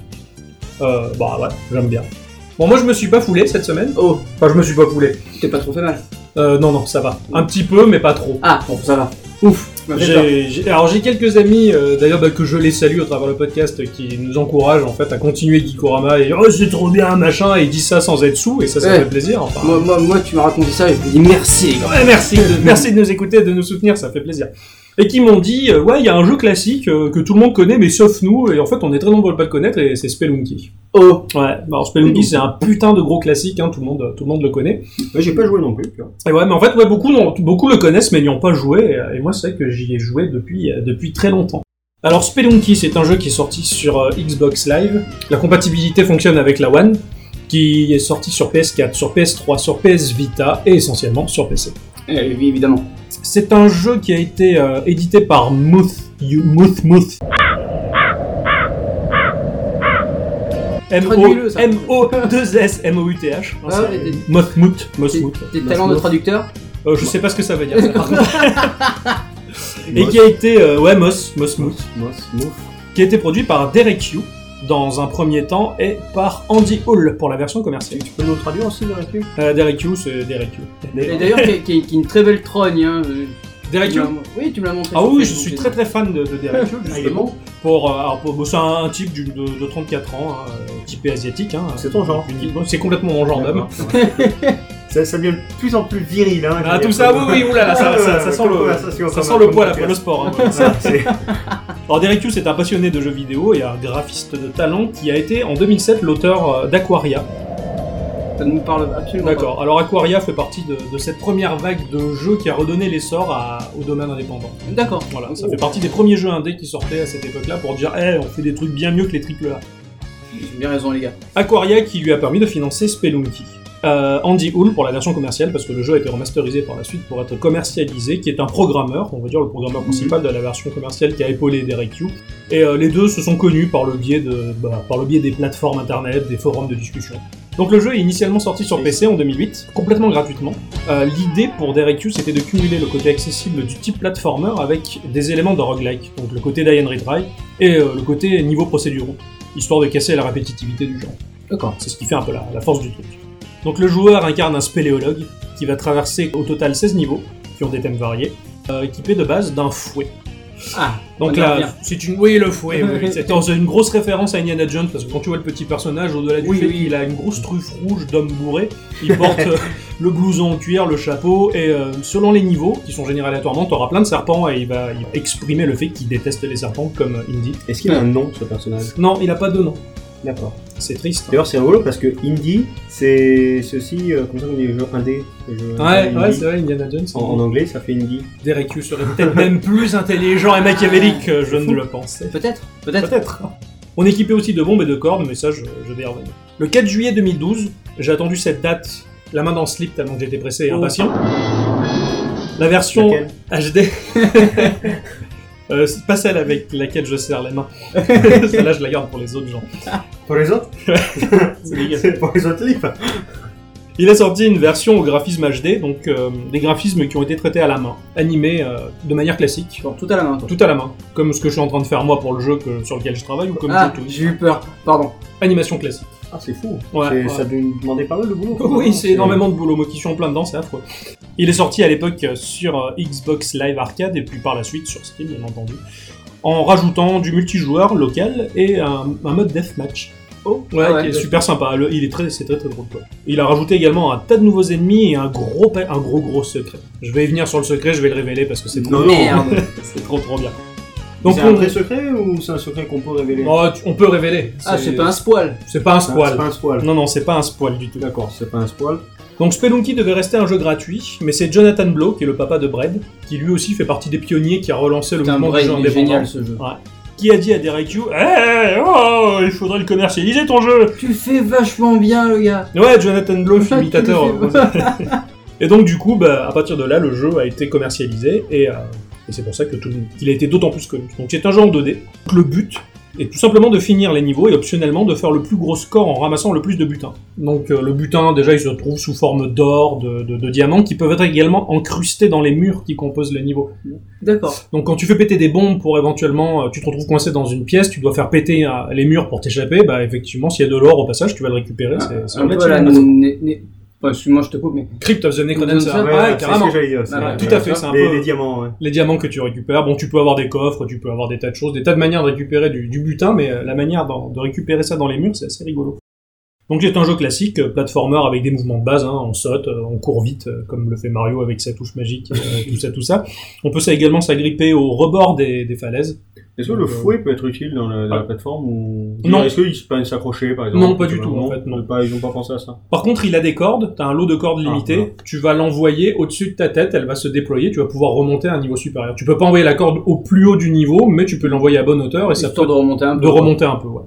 D: Euh, bah ouais, j'aime bien. Bon, moi, je me suis pas foulé cette semaine.
E: Oh,
D: Enfin, je me suis pas foulé.
E: t'es pas trop fait mal.
D: Euh, non, non, ça va. Un petit peu, mais pas trop.
E: Ah, bon, ça va. Ouf. tu m'as fait peur.
D: J'ai- j'ai- alors j'ai quelques amis, euh, d'ailleurs bah, que je les salue à travers le podcast, qui nous encouragent en fait à continuer Geekorama et oh c'est trop bien machin et ils disent ça sans être sous et ça ça
E: Ouais.
D: fait plaisir. Enfin,
E: Moi, moi, moi, tu m'as raconté ça et je me dis merci, les gars.
D: Ouais, merci, de, merci de nous écouter, de nous soutenir, ça fait plaisir. Et qui m'ont dit euh, ouais il y a un jeu classique euh, que tout le monde connaît mais sauf nous et en fait on est très nombreux à pas le connaître et c'est Spelunky.
E: Oh.
D: Ouais, alors Spelunky, c'est un putain de gros classique, hein, tout, le monde, tout le monde le connaît.
F: Ouais, j'ai pas joué non plus. tu vois.
D: Et ouais, mais en fait, ouais, beaucoup, n'ont- beaucoup le connaissent, mais n'y ont pas joué, et, et moi, c'est vrai que j'y ai joué depuis, euh, depuis très longtemps. Alors, Spelunky, c'est un jeu qui est sorti sur euh, Xbox Live. La compatibilité fonctionne avec la One, qui est sorti sur PS4, sur PS3, sur PS Vita, et essentiellement sur PC.
E: Eh oui, évidemment.
D: C'est un jeu qui a été euh, édité par Muth, You- Muth, Muth.
E: Traduis-le, ça.
D: M-O-2-S, M-O-U-T-H.
E: Ah, mais t'es-
D: Moth, Moth, Moth,
E: Tes
D: Moth,
E: tes
D: Moth,
E: talents de
D: Moth.
E: traducteur
D: Euh, Je sais pas ce que ça veut dire. ça, par contre.
F: Ah,
D: Et qui a été, euh, ouais, Moss, Moss, Moth,
F: Moss, mouf.
D: qui a été produit par Derek Yu dans un premier temps et par Andy Hall pour la version commerciale.
F: Tu peux nous traduire aussi, Vérité
D: Euh, Derek Yu, c'est Derek Yu.
E: Et d'ailleurs, qui est- qui est qui est une très belle trogne. Hein. euh,
D: Derek
E: tu
D: Yu
E: me l'as- Oui, tu me l'as montré.
D: Ah
E: sur
D: oui, je
E: Facebook,
D: suis
E: et
D: très
E: tout.
D: très fan de, de Derek Yu, justement. Pour, euh, alors, pour- bon, c'est un, un type d'une- de, de 34 ans, hein, euh, typé asiatique. hein,
F: C'est ton genre.
D: uniquement. C'est complètement mon genre d'homme.
F: ça, ça devient de plus en plus viril. Hein,
D: Ah, tout ça, oui, oui, oulala, ça, ça, ça sent le, ça sent le poil après le sport. hein, ouais. Alors Derek Hughes est un passionné de jeux vidéo et un graphiste de talent qui a été en 2007 l'auteur euh, d'Aquaria.
E: Ça ne me parle absolument pas.
D: D'accord, alors Aquaria fait partie de, de cette première vague de jeux qui a redonné l'essor à- au domaine indépendant.
E: D'accord.
D: Voilà,
F: Oh.
D: ça fait partie des premiers jeux indés qui sortaient à cette époque-là pour dire Eh, on fait des trucs bien mieux que les AAA ».
E: J'ai bien raison, les gars.
D: Aquaria qui lui a permis de financer Spelunky. Euh, Andy Hull pour la version commerciale, parce que le jeu a été remasterisé par la suite pour être commercialisé, qui est un programmeur, on va dire le programmeur principal de la version commerciale qui a épaulé Derek Yu. Et euh, les deux se sont connus par le biais, de, bah, par le biais des plateformes internet, des forums de discussion. Donc le jeu est initialement sorti sur PC en 2008, complètement gratuitement. Euh, L'idée pour Derek Yu c'était de cumuler le côté accessible du type platformer avec des éléments de roguelike, donc le côté die and retry et euh, le côté niveau procéduraux, histoire de casser la répétitivité du genre. D'accord. C'est ce qui fait un peu la, la force du truc. Donc le joueur incarne un spéléologue qui va traverser au total 16 niveaux, qui ont des thèmes variés, euh, équipé de base d'un fouet.
E: Ah,
D: Donc
E: On y revient.
D: là, c'est une. Oui, le fouet. oui, oui. C'était c'est une grosse référence à Indiana Jones parce que quand tu vois le petit personnage, au-delà du
E: Oui,
D: fait
E: oui.
D: qu'il a une grosse truffe rouge d'homme bourré, il porte euh, le blouson en cuir, le chapeau et euh, selon les niveaux qui sont générés aléatoirement, t'auras plein de serpents et il va, il va exprimer le fait qu'il déteste les serpents comme euh, Indy.
F: Est-ce qu'il a un nom, ce personnage
D: Non, il a pas de nom.
F: D'accord.
D: C'est triste. hein.
F: D'ailleurs, c'est rigolo parce que Indie, c'est ceci, euh, comme ça, comme les jeux indés. les jeux
D: Ouais,
F: indés,
D: ouais,
F: indie.
D: c'est vrai, Indiana Jones.
F: en, en anglais, ça fait Indie.
D: Derek Yu serait peut-être même plus intelligent et machiavélique que je ne le pensais.
E: Peut-être, peut-être.
D: Peut-être. On est équipé aussi de bombes et de cordes, mais ça, je, je vais y revenir. Le 4 juillet 2012, j'ai attendu cette date, la main dans le slip, tellement que j'étais pressé et impatient. La version
F: Laquelle
D: HD. Euh, c'est pas celle avec laquelle je serre les mains. Celle-là, je la garde pour les autres gens.
F: Pour les autres
D: C'est dégueulasse.
F: C'est pour les autres livres.
D: Il a sorti une version au graphisme HD, donc euh, des graphismes qui ont été traités à la main, animés euh, de manière classique.
E: Bon, tout à la main. toi.
D: Tout à la main, comme ce que je suis en train de faire moi pour le jeu que- sur lequel je travaille ou comme
E: Ah,
D: tout.
E: j'ai eu peur. Pardon.
D: Animation classique.
F: Ah, c'est fou.
D: Ouais,
F: C'est-
D: ouais.
F: Ça devait nous demander pas mal de boulot. quand même,
D: Oui,
F: hein.
D: c'est énormément de boulot. Moi qui suis en plein dedans, c'est affreux. Il est sorti à l'époque sur euh, Xbox Live Arcade et puis par la suite sur Steam, bien entendu, en rajoutant du multijoueur local et un, un mode deathmatch. Oh, ouais,
E: Ah ouais,
D: qui est
E: deathmatch.
D: super sympa. Le- il est très, c'est très très drôle. Quoi. Il a rajouté également un tas de nouveaux ennemis et un gros, pa- un gros gros secret. Je vais y venir sur le secret, je vais le révéler parce que c'est trop,
F: Non, non.
E: Merde.
D: c'est trop trop bien. Donc
F: Donc, c'est un
D: on,
F: vrai secret ou c'est un secret qu'on peut révéler
D: Oh, tu- on peut révéler.
E: Ah, c'est pas un spoil.
D: c'est pas un
F: C'est un- c'est
D: spoil. Mm.
F: pas un spoil.
D: Non non, c'est pas un spoil du tout.
F: D'accord, c'est pas un spoil.
D: Donc Spelunky devait rester un jeu gratuit, mais c'est Jonathan Blow, qui est le papa de Bread, qui lui aussi fait partie des pionniers qui a relancé le
E: Putain,
D: mouvement
E: vrai,
D: du jeu
E: il est
D: indépendant,
E: génial ce jeu.
D: qui a dit à Derek Yu Eh, oh, il faudrait le commercialiser ton jeu
E: Tu le fais vachement bien, le gars.
D: Ouais, Jonathan Blow, imitateur. euh,
E: Tu le fais-
D: et donc du coup, bah, à partir de là, le jeu a été commercialisé, et, euh, et c'est pour ça que tout- qu'il a été d'autant plus connu. Donc c'est un jeu en 2D. Donc, le but est tout simplement de finir les niveaux et optionnellement de faire le plus gros score en ramassant le plus de butin. Donc euh, le butin, déjà, il se trouve sous forme d'or, de, de- de diamants, qui peuvent être également incrustés dans les murs qui composent le niveau.
E: D'accord.
D: Donc quand tu fais péter des bombes pour éventuellement, euh, tu te retrouves coincé dans une pièce, tu dois faire péter euh, les murs pour t'échapper, bah effectivement, s'il y a de l'or au passage, tu vas le récupérer. c'est- c'est
E: Ah, Un peu
D: relativement
E: la.
D: facile.
E: né- né- Enfin, Excuse-moi, je te coupe, mais.
D: Crypt of the Necrodancer.
E: Ouais,
D: Ah, Ouais,
E: ouais,
F: c'est ce
D: carrément.
F: que j'allais dire.
E: Ah,
F: c'est-
E: ouais,
D: tout à fait, c'est un
F: Les,
D: peu-
F: les diamants, ouais.
D: Les diamants que tu récupères, bon, tu peux avoir des coffres, tu peux avoir des tas de choses, des tas de manières de récupérer du, du butin, mais euh, la manière d'en- de récupérer ça dans les murs, c'est assez rigolo. Donc c'est un jeu classique, euh, platformer avec des mouvements de base, hein, on saute, euh, on court vite, euh, comme le fait Mario avec sa touche magique, euh, tout ça, tout ça. On peut ça également s'agripper au rebord des, des falaises
F: Est-ce que le fouet peut être utile dans la, dans la plateforme ou
D: Non.
F: Est-ce qu'ils peuvent s'accrocher par exemple
D: Non, pas du tout, en fait, non.
F: Pas, ils ont pas pensé à ça.
D: Par contre, il a des cordes, t'as un lot de cordes
F: Ah,
D: limité,
F: voilà.
D: tu vas l'envoyer au-dessus de ta tête, elle va se déployer, tu vas pouvoir remonter à un niveau supérieur. Tu peux pas envoyer la corde au plus haut du niveau, mais tu peux l'envoyer à bonne hauteur et ça
E: Histoire
D: peut
E: de remonter un peu.
D: de remonter un peu, ouais.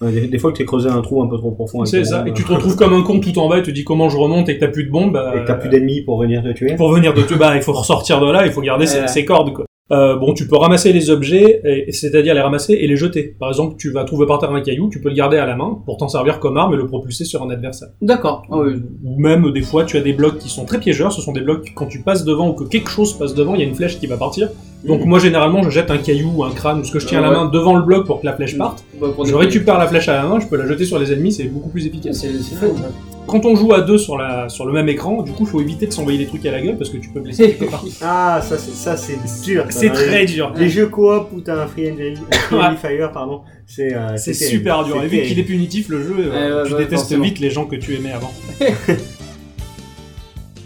F: Ouais, des, des fois que t'es creusé un trou un peu trop profond. avec
D: C'est
F: ton- euh,
D: ça, et tu te retrouves comme un con tout en bas et te dis comment je remonte et que t'as plus de bombe, bah,
F: Et que t'as plus d'ennemis pour venir te tuer.
D: pour venir de te bah, il faut ressortir de là, il faut garder ses,
E: Ouais.
D: ses cordes, quoi. Euh, bon, tu peux ramasser les objets, et- c'est-à-dire les ramasser et les jeter. Par exemple, tu vas trouver par terre un caillou, tu peux le garder à la main pour t'en servir comme arme et le propulser sur un adversaire.
E: D'accord. Ah oui.
D: Ou même des fois, tu as des blocs qui sont très piégeurs. Ce sont des blocs quand tu passes devant ou que quelque chose passe devant, il y a une flèche qui va partir. Donc moi, généralement, je jette un caillou, ou un crâne ou ce que je tiens à
E: Mm. Ouais.
D: la main devant le bloc pour que la flèche parte.
E: Bah, pour
D: Je
E: des-
D: récupère la flèche à la main, je peux la jeter sur les ennemis, c'est beaucoup plus
E: C'est
D: efficace.
E: c'est fou. hein.
D: Quand on joue à deux sur, la, sur le même écran, du coup, faut éviter de s'envoyer des trucs à la gueule parce que tu peux blesser quelque part.
F: Ah, ça c'est ça c'est dur. ça,
D: C'est
E: Bah,
F: dans
D: très dur.
F: Les, les jeux coop où t'as un free and free and fire pardon, c'est euh,
D: C'est
F: terrible.
D: super dur.
F: C'est
D: Et vu qu'il est
F: terrible.
D: punitif, le jeu, euh,
E: ouais,
D: tu
E: ouais,
D: détestes
E: forcément.
D: vite les gens que tu aimais avant.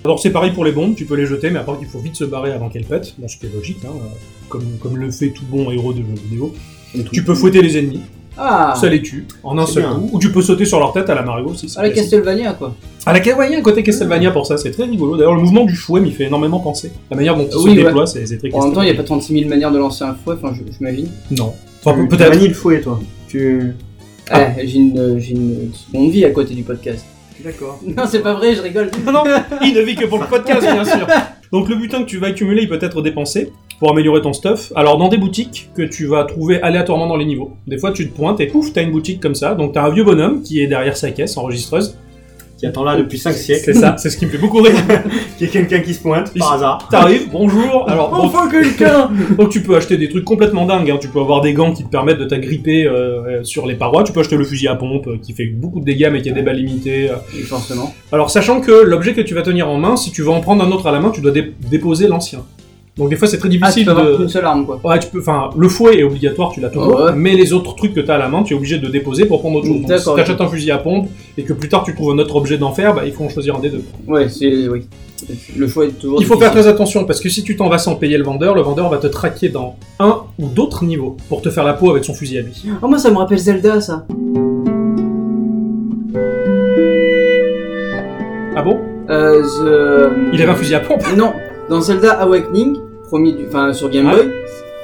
D: Alors c'est pareil pour les bombes, tu peux les jeter, mais après il faut vite se barrer avant qu'elles pètent, bon, ce qui est logique, hein, euh, comme, comme le fait tout bon héros de jeu vidéo. Tu peux fouetter les ennemis,
E: Ah
D: ça les tue, en un
F: C'est
D: seul
F: bien.
D: coup, ou tu peux sauter sur leur tête à la Mario aussi. c'est
E: À Ah, la
D: classique.
E: Castlevania, quoi.
D: À la Castlevania, un côté Castlevania pour ça, c'est très rigolo. D'ailleurs le mouvement du fouet m'y fait énormément penser. La manière dont il
E: Oui,
D: se
E: ouais.
D: déploie, c'est c'est très
E: En même temps, il n'y a
D: Castlevania.
E: pas 36 000 manières de lancer un fouet, enfin, je- j'imagine.
D: Non. Enfin,
F: Tu- tu
D: peut-être...
F: manies le fouet toi. Tu
E: Ah. j'ai une, euh, j'ai une seconde vie à côté du podcast.
F: D'accord.
E: Non, c'est pas vrai, je rigole.
D: Non, non, il ne vit que pour le podcast, bien sûr. Donc le butin que tu vas accumuler, il peut être dépensé pour améliorer ton stuff. Alors dans des boutiques que tu vas trouver aléatoirement dans les niveaux. Des fois, tu te pointes et pouf, t'as une boutique comme ça. Donc t'as un vieux bonhomme qui est derrière sa caisse enregistreuse.
F: Qui attend là depuis 5 siècles.
D: C'est ça, c'est ce qui me fait beaucoup rire.
F: Il y a quelqu'un qui se pointe
D: Ici.
F: par hasard.
D: T'arrives, bonjour. Alors bon,
E: Enfin quelqu'un
D: donc tu peux acheter des trucs complètement dingues. hein. Tu peux avoir des gants qui te permettent de t'agripper euh, euh, sur les parois. Tu peux acheter le fusil à pompe euh, qui fait beaucoup de dégâts mais qui a des balles limitées. euh,
E: Et Forcément.
D: Alors, sachant que l'objet que tu vas tenir en main, si tu veux en prendre un autre à la main, tu dois dé- déposer l'ancien. Donc, des fois, c'est très
E: Ah, tu
D: difficile
E: peux avoir
D: de.
E: qu'une seule arme, quoi.
D: Ouais, tu peux. Enfin, le fouet est obligatoire, tu l'as toujours.
E: Ouais.
D: Mais les autres trucs que t'as à la main, tu es obligé de déposer pour prendre autre chose. Donc, si
E: D'accord,
D: t'achètes un fusil à pompe et que plus tard tu trouves un autre objet d'enfer, bah, il faut en choisir un des deux.
E: Ouais, c'est... oui. Le choix est toujours
D: Il faut faire
E: difficile.
D: très attention parce que si tu t'en vas sans payer le vendeur, le vendeur va te traquer dans un ou d'autres niveaux pour te faire la peau avec son fusil à lui.
E: Oh, moi, ça me rappelle Zelda, ça.
D: Ah bon
E: Euh, the-
D: Il avait un fusil à pompe
E: Non, dans Zelda Awakening, premier du... enfin, sur Game
D: Ouais.
E: Boy,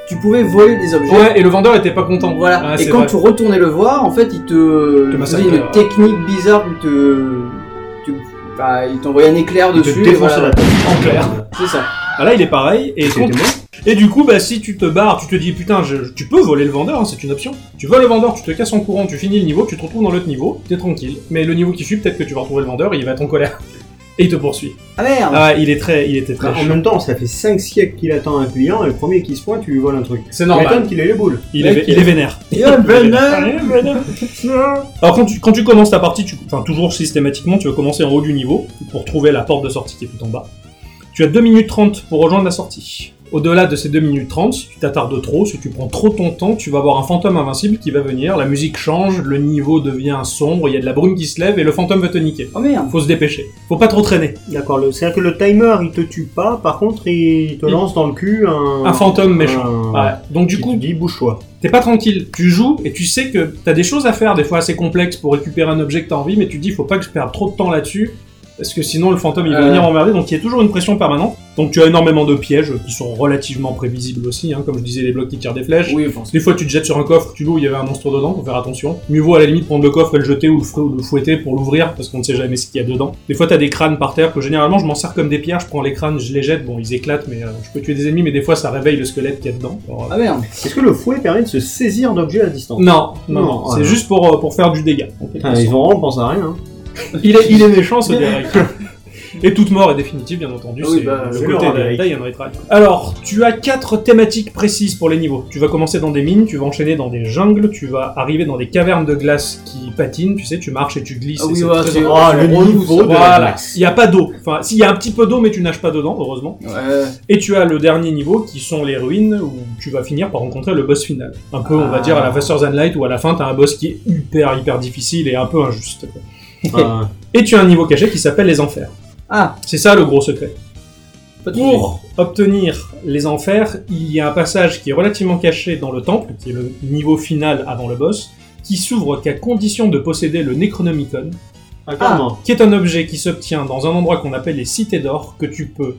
E: tu pouvais voler des objets.
D: Ouais, et le vendeur était pas content.
E: Voilà.
D: Ah,
E: et
D: c'est
E: quand
D: vrai.
E: tu retournais le voir, en fait, il te, il faisait
D: massacrait,
E: une
D: ouais.
E: technique bizarre où te, tu- enfin, il t'envoyait un éclair
F: Il
E: dessus.
F: te
E: et
F: défonce
E: voilà.
F: la tête.
D: En clair.
E: C'est ça.
D: Ah là, il est pareil. Et,
F: C'était
D: quand- et du coup, bah, si tu te barres, tu te dis putain, je- tu peux voler le vendeur, hein, c'est une option. Tu voles le vendeur, tu te casses en courant, tu finis le niveau, tu te retrouves dans l'autre niveau, t'es tranquille. Mais le niveau qui suit, peut-être que tu vas retrouver le vendeur et il va être en colère. Et il te poursuit.
E: Ah merde.
D: Ah, il est très, il était très.
F: Bah, en
D: chaud.
F: même temps, ça fait 5 siècles qu'il attend un client et le premier qui se pointe, tu lui voles un truc.
D: C'est
F: Tu
D: normal.
F: m'étonnes qu'il ait les boules.
D: Il est, il est vénère.
E: Et hop,
D: Il est vénère. Alors quand tu, quand tu commences ta partie, tu, enfin toujours systématiquement, tu vas commencer en haut du niveau pour trouver la porte de sortie qui est tout en bas. Tu as 2 minutes 30 pour rejoindre la sortie. Au-delà de ces 2 minutes 30, si tu t'attardes trop, si tu prends trop ton temps, tu vas avoir un fantôme invincible qui va venir, la musique change, le niveau devient sombre, il y a de la brume qui se lève et le fantôme va te niquer.
E: Oh merde.
D: Faut se dépêcher. Faut pas trop traîner.
F: D'accord, le- c'est-à-dire que le timer il te tue pas, par contre il te
D: Il-
F: lance dans le cul un.
D: Un fantôme méchant.
F: un-
D: Ouais. Donc du
F: qui
D: coup,
F: te dit bouge-toi.
D: T'es pas tranquille, tu joues et tu sais que t'as des choses à faire, des fois assez complexes pour récupérer un objet que t'as envie, mais tu te dis faut pas que je perde trop de temps là-dessus, parce que sinon le fantôme il va
E: Ouais.
D: venir emmerder, donc il y a toujours une pression permanente. Donc tu as énormément de pièges qui sont relativement prévisibles aussi, hein, comme je disais, les blocs qui tirent des flèches.
E: Oui, forcément.
D: Des fois tu te jettes sur un coffre, tu l'ouvres, il y avait un monstre dedans, faut faire attention. Mieux vaut à la limite prendre le coffre et le jeter ou le, fou- ou le fouetter pour l'ouvrir, parce qu'on ne sait jamais ce qu'il y a dedans. Des fois t'as des crânes par terre que généralement je m'en sers comme des pierres, je prends les crânes, je les jette, bon ils éclatent, mais euh, je peux tuer des ennemis, mais des fois ça réveille le squelette qu'il y a dedans. Alors, euh,
E: Ah merde.
F: Est-ce que le fouet permet de se saisir d'objets à distance
D: non, non,
F: Non,
D: non,
F: ouais,
D: c'est
F: non.
D: juste pour, euh, pour faire du dégât. en quelque
F: Putain,
D: sorte.
F: Ils ont vraiment pensé à rien. hein.
D: il, est, il est méchant ce Derek. Et toute mort est définitive, bien entendu.
E: Ah oui,
D: c'est
E: bah,
D: le
F: c'est
D: côté
F: leur
D: de
F: Derek.
D: Diane Retract. Alors, tu as quatre thématiques précises pour les niveaux. Tu vas commencer dans des mines, tu vas enchaîner dans des jungles, tu vas arriver dans des cavernes de glace qui patinent. Tu sais, tu marches et tu glisses.
E: Ah
D: et
E: oui,
D: c'est
E: ouais,
D: très
E: c'est-
D: en-
E: Oh,
F: Ah, le
E: relou,
F: niveau
E: ça.
F: de la
D: Voilà.
F: glace.
D: Il n'y a pas d'eau. Enfin, s'il y a un petit peu d'eau, mais tu nages pas dedans, heureusement.
E: Ouais.
D: Et tu as le dernier niveau qui sont les ruines où tu vas finir par rencontrer le boss final. Un peu, on va
E: Ah.
D: dire, à la Faster's and Light où à la fin t'as un boss qui est hyper hyper difficile et un peu injuste. quoi.
F: Ah,
D: Et tu as un niveau caché qui s'appelle les enfers.
E: Ah,
D: C'est ça le gros secret.
E: Pas de soucis.
D: Pour obtenir les enfers, il y a un passage qui est relativement caché dans le temple, qui est le niveau final avant le boss, qui s'ouvre qu'à condition de posséder le Necronomicon,
F: Ah, carrément.
D: qui est un objet qui s'obtient dans un endroit qu'on appelle les cités d'or, que tu peux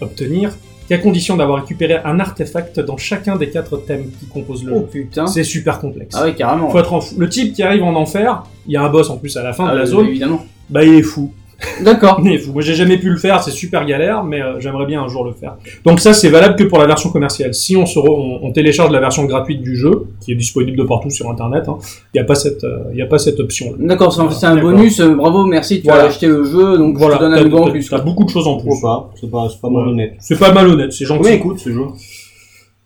D: obtenir qu'à condition d'avoir récupéré un artefact dans chacun des quatre thèmes qui composent le
E: Oh
D: jeu.
E: putain.
D: C'est super complexe.
E: Ah oui, carrément.
D: Faut être en fou. Le type qui arrive en enfer, il y a un boss en plus à la fin
E: Ah,
D: de la
E: oui,
D: zone,
E: Évidemment.
D: bah il est fou.
E: D'accord.
D: Il est fou. Moi j'ai jamais pu le faire, c'est super galère, mais euh, j'aimerais bien un jour le faire. Donc ça c'est valable que pour la version commerciale. Si on, se re- on, on télécharge la version gratuite du jeu, qui est disponible de partout sur internet, hein, il n'y a pas cette, euh, il y a pas cette option là.
E: D'accord, c'est un- c'est un
D: D'accord.
E: bonus. euh, Bravo, merci, tu as
D: Voilà.
E: acheté le jeu, donc
D: voilà,
E: je te donne
D: t'as-
E: un euro en
D: t'as-
E: plus.
D: t'as
E: quoi.
D: beaucoup de choses en plus.
F: Pourquoi pas C'est pas, c'est pas malhonnête.
D: C'est pas malhonnête, c'est gentil.
F: Combien écoute ce jeu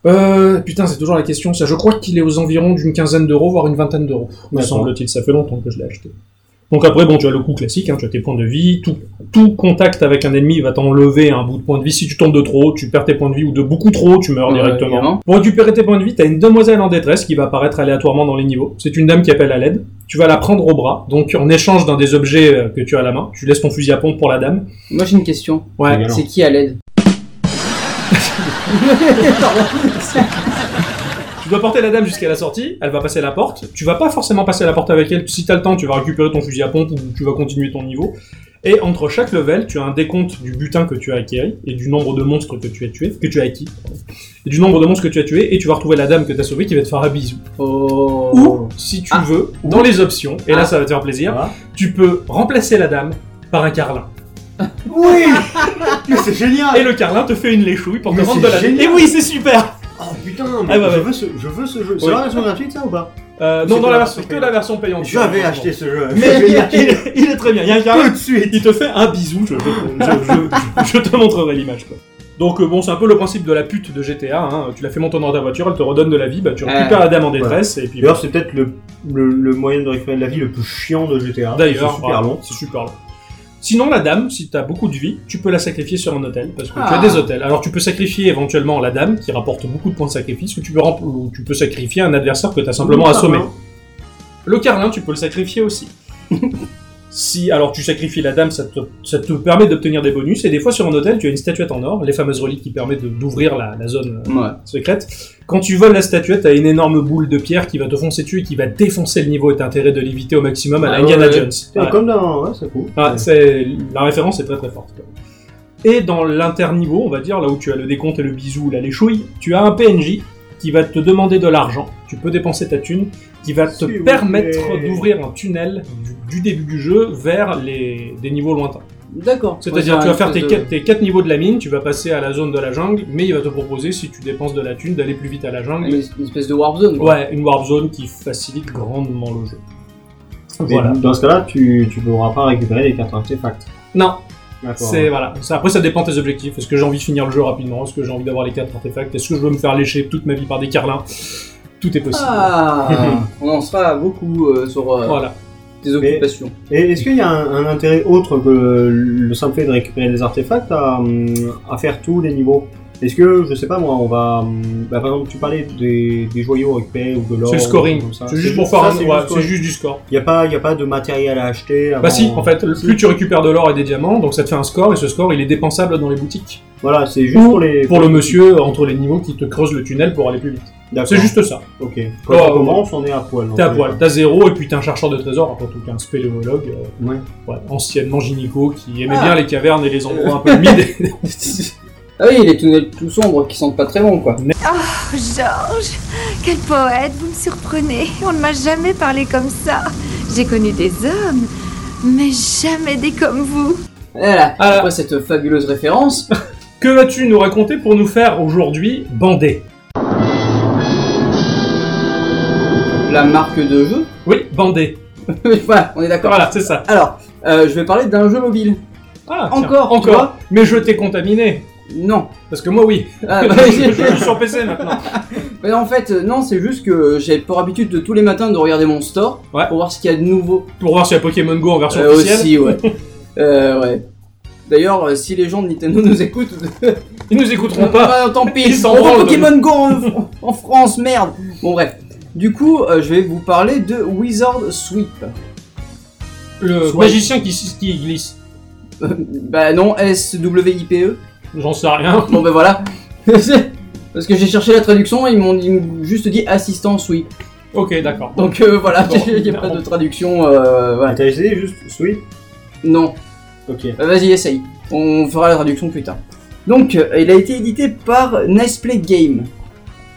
D: Euh, putain, c'est toujours la question. Ça, je crois qu'il est aux environs d'une quinzaine d'euros, voire une vingtaine d'euros. Me
F: D'accord.
D: semble-t-il, ça fait longtemps que je l'ai acheté. Donc après, bon, tu as le coût classique, hein, tu as tes points de vie, tout, tout contact avec un ennemi va t'enlever un bout de point de vie. Si tu tombes de trop haut, tu perds tes points de vie, ou de beaucoup trop haut, tu meurs
E: Ouais,
D: directement.
E: Euh, évidemment.
D: Pour récupérer tes points de vie, tu as une demoiselle en détresse qui va apparaître aléatoirement dans les niveaux. C'est une dame qui appelle à l'aide. Tu vas la prendre au bras, donc en échange d'un des objets euh, que tu as à la main, tu laisses ton fusil à pompe pour la dame.
E: Moi j'ai une question.
D: Ouais,
F: Alors.
E: C'est qui à l'aide
D: Tu dois porter la dame jusqu'à la sortie, elle va passer la porte. Tu vas pas forcément passer la porte avec elle. Si t'as le temps, tu vas récupérer ton fusil à pompe ou tu vas continuer ton niveau. Et entre chaque level, tu as un décompte du butin que tu as acquis et du nombre de monstres que tu as tués, que tu as acquis, pardon. et du nombre de monstres que tu as tués, et tu vas retrouver la dame que t'as sauvée qui va te faire un bisou.
E: Oh.
D: Ou, si tu
E: Ah.
D: veux, dans les options, et
E: Ah.
D: là ça va te faire plaisir,
F: Ah.
D: tu peux remplacer la dame par un carlin.
F: Oui Mais c'est génial
D: Et le carlin te fait une léchouille pour te
F: Ah. Mais
D: rendre
F: c'est
D: de la...
F: génial.
D: Et oui, c'est super
F: Oh putain, mais
D: Ah, bah,
F: je,
D: ouais.
F: veux ce, je veux ce jeu. C'est
D: Ouais.
F: la version gratuite ça ou pas
D: Euh,
F: C'est
D: Non, dans
F: que la
D: la version,
F: version
D: que la version payante.
F: J'avais acheté ce jeu.
D: Mais il,
F: Génial.
D: est- il est très bien. Il y a un carlin
F: tout de suite
D: Il te fait un bisou, je, je- je- je te montrerai l'image. quoi. Donc euh, bon, c'est un peu le principe de la pute de GTA. hein. Tu la fais monter dans ta voiture, elle te redonne de la vie, bah, tu récupères
E: Ah,
D: la dame en détresse et puis.
F: D'ailleurs, c'est peut-être le, le, le moyen de récupérer de la vie le plus chiant de GTA.
D: bah, D'ailleurs,
F: C'est super
D: ouais,
F: long.
D: C'est super long. Sinon, la dame, si t'as beaucoup de vie, tu peux la sacrifier sur un hôtel parce que tu
E: Ah.
D: as des hôtels. Alors tu peux sacrifier éventuellement la dame qui rapporte beaucoup de points de sacrifice, ou tu peux, rem- ou tu peux sacrifier un adversaire que t'as simplement
F: Ah,
D: assommé.
F: non.
D: Le carlin, tu peux le sacrifier aussi. si alors tu sacrifies la dame, ça te, ça te permet d'obtenir des bonus. Et des fois sur un hôtel, tu as une statuette en or, les fameuses reliques qui permettent de- d'ouvrir la, la zone euh,
E: Ouais.
D: secrète. Quand tu voles la statuette, t'as une énorme boule de pierre qui va te foncer dessus et qui va défoncer le niveau. Et t'as intérêt de l'éviter au maximum à la
E: Ah
D: Indiana
E: ouais.
D: Jones.
F: Putain,
D: Ouais.
F: Comme dans. Ouais, c'est cool.
D: Ah, c'est- la référence est très très forte. Et dans l'interniveau, on va dire, là où tu as le décompte et le bisou, la léchouille, tu as un PNJ qui va te demander de l'argent. Tu peux dépenser ta thune, qui va te
F: S'il vous
D: permettre
F: plaît.
D: d'ouvrir un tunnel du, du début du jeu vers les, des niveaux lointains.
E: D'accord.
D: C'est-à-dire,
E: Ouais,
D: tu vas faire
E: c'est
D: tes
E: un
D: quatre,
E: espèce
D: tes quatre niveaux de la mine, tu vas passer à la zone de la jungle, mais il va te proposer, si tu dépenses de la thune, d'aller plus vite à la
E: de-
D: jungle.
E: Une espèce de warp zone. quoi.
D: Ouais, une warp zone qui facilite grandement le jeu.
F: Mais
D: Voilà.
F: Dans ce cas-là, tu tu pourras pas récupérer les cartes artefacts.
D: Non,
F: D'accord.
D: C'est voilà. Ça- Après, ça dépend de tes objectifs. Est-ce que j'ai envie de finir le jeu rapidement Est-ce que j'ai envie d'avoir les quatre artefacts Est-ce que je veux me faire lécher toute ma vie par des carlins Tout est possible.
E: Ah. On en sera beaucoup euh, sur euh,
D: Voilà.
E: tes occupations.
F: Et est-ce qu'il y a un, un intérêt autre que le, le simple fait de récupérer des artefacts à, hum, à faire tous les niveaux Est-ce que, je sais pas moi, on va. hum, bah, par exemple, tu parlais des, des joyaux récupérés ou de l'or
D: C'est le
F: ou
D: scoring.
F: comme ça.
D: C'est juste pour faire
F: ça,
D: un.
F: c'est
D: ouais,
F: juste Ah
D: c'est juste du score.
F: Il n'y a, pas- y a pas de matériel à acheter avant-
D: Bah si, en fait, plus tu récupères de l'or et des diamants, donc ça te fait un score, et ce score, il est dépensable dans les boutiques.
F: Voilà, c'est juste
D: Ou
F: pour les.
D: Pour le monsieur, entre les niveaux, qui te creuse le tunnel pour aller plus vite.
F: D'accord.
D: C'est juste ça.
F: Ok. Quand
D: Oh,
F: on commence, on est à poil.
D: T'es à
F: donc, euh,
D: poil. T'as zéro, et puis t'es un chercheur de trésors, après tout, t'es un spéléologue. euh,
F: Ouais.
D: ouais, anciennement gynéco, qui aimait
E: Ah.
D: bien les cavernes et les endroits un peu humides.
E: Ah oui, les tunnels tout sombres qui sentent pas très bon quoi.
I: Oh, Georges, quel poète, vous me surprenez. On ne m'a jamais parlé comme ça. J'ai connu des hommes, mais jamais des comme vous.
E: Voilà.
D: Ah.
E: Eh Après cette fabuleuse référence.
D: Que vas-tu nous raconter pour nous faire aujourd'hui bander
E: La marque de jeu.
D: Oui, bander.
E: voilà, on est d'accord.
D: Voilà, c'est ça.
E: Alors, euh, je vais parler d'un jeu mobile.
D: Ah, tiens,
E: Encore, tu
D: encore.
E: vois
D: Mais je t'ai contaminé.
E: Non.
D: Parce que moi, oui.
E: Ah, bah,
D: je je joue sur PC maintenant.
E: Mais en fait, euh, non, c'est juste que j'ai pour habitude de tous les matins de regarder mon store
D: Ouais.
E: pour voir ce qu'il y a de nouveau.
D: Pour voir s'il y a Pokémon Go en version
E: Euh,
D: officielle.
E: aussi, ouais. Euh, ouais. D'ailleurs, euh, si les gens de Nintendo nous écoutent,
D: Ils nous écouteront pas.
E: Ah, tant pis.
D: Ils s'en
E: On voit
D: branlent.
E: Pokémon Go en, en France, merde. Bon bref. Du coup, euh, je vais vous parler de Wizard Sweep.
D: Le
E: Soit- Euh,
D: magicien qui, qui glisse.
E: bah non, S W I P E.
D: J'en sais rien.
E: Bon ben voilà. Parce que j'ai cherché la traduction, ils m'ont ils m'ont juste dit assistance, oui.
D: Ok, d'accord.
E: Donc euh, voilà,
D: Bon,
E: il n'y a pas de traduction. euh, voilà.
F: Ah, t'as essayé juste Sweet
E: Non,
F: Ok.
E: Euh, vas-y, essaye. On fera la traduction plus tard. Donc, euh, il a été édité par Nesplay Game.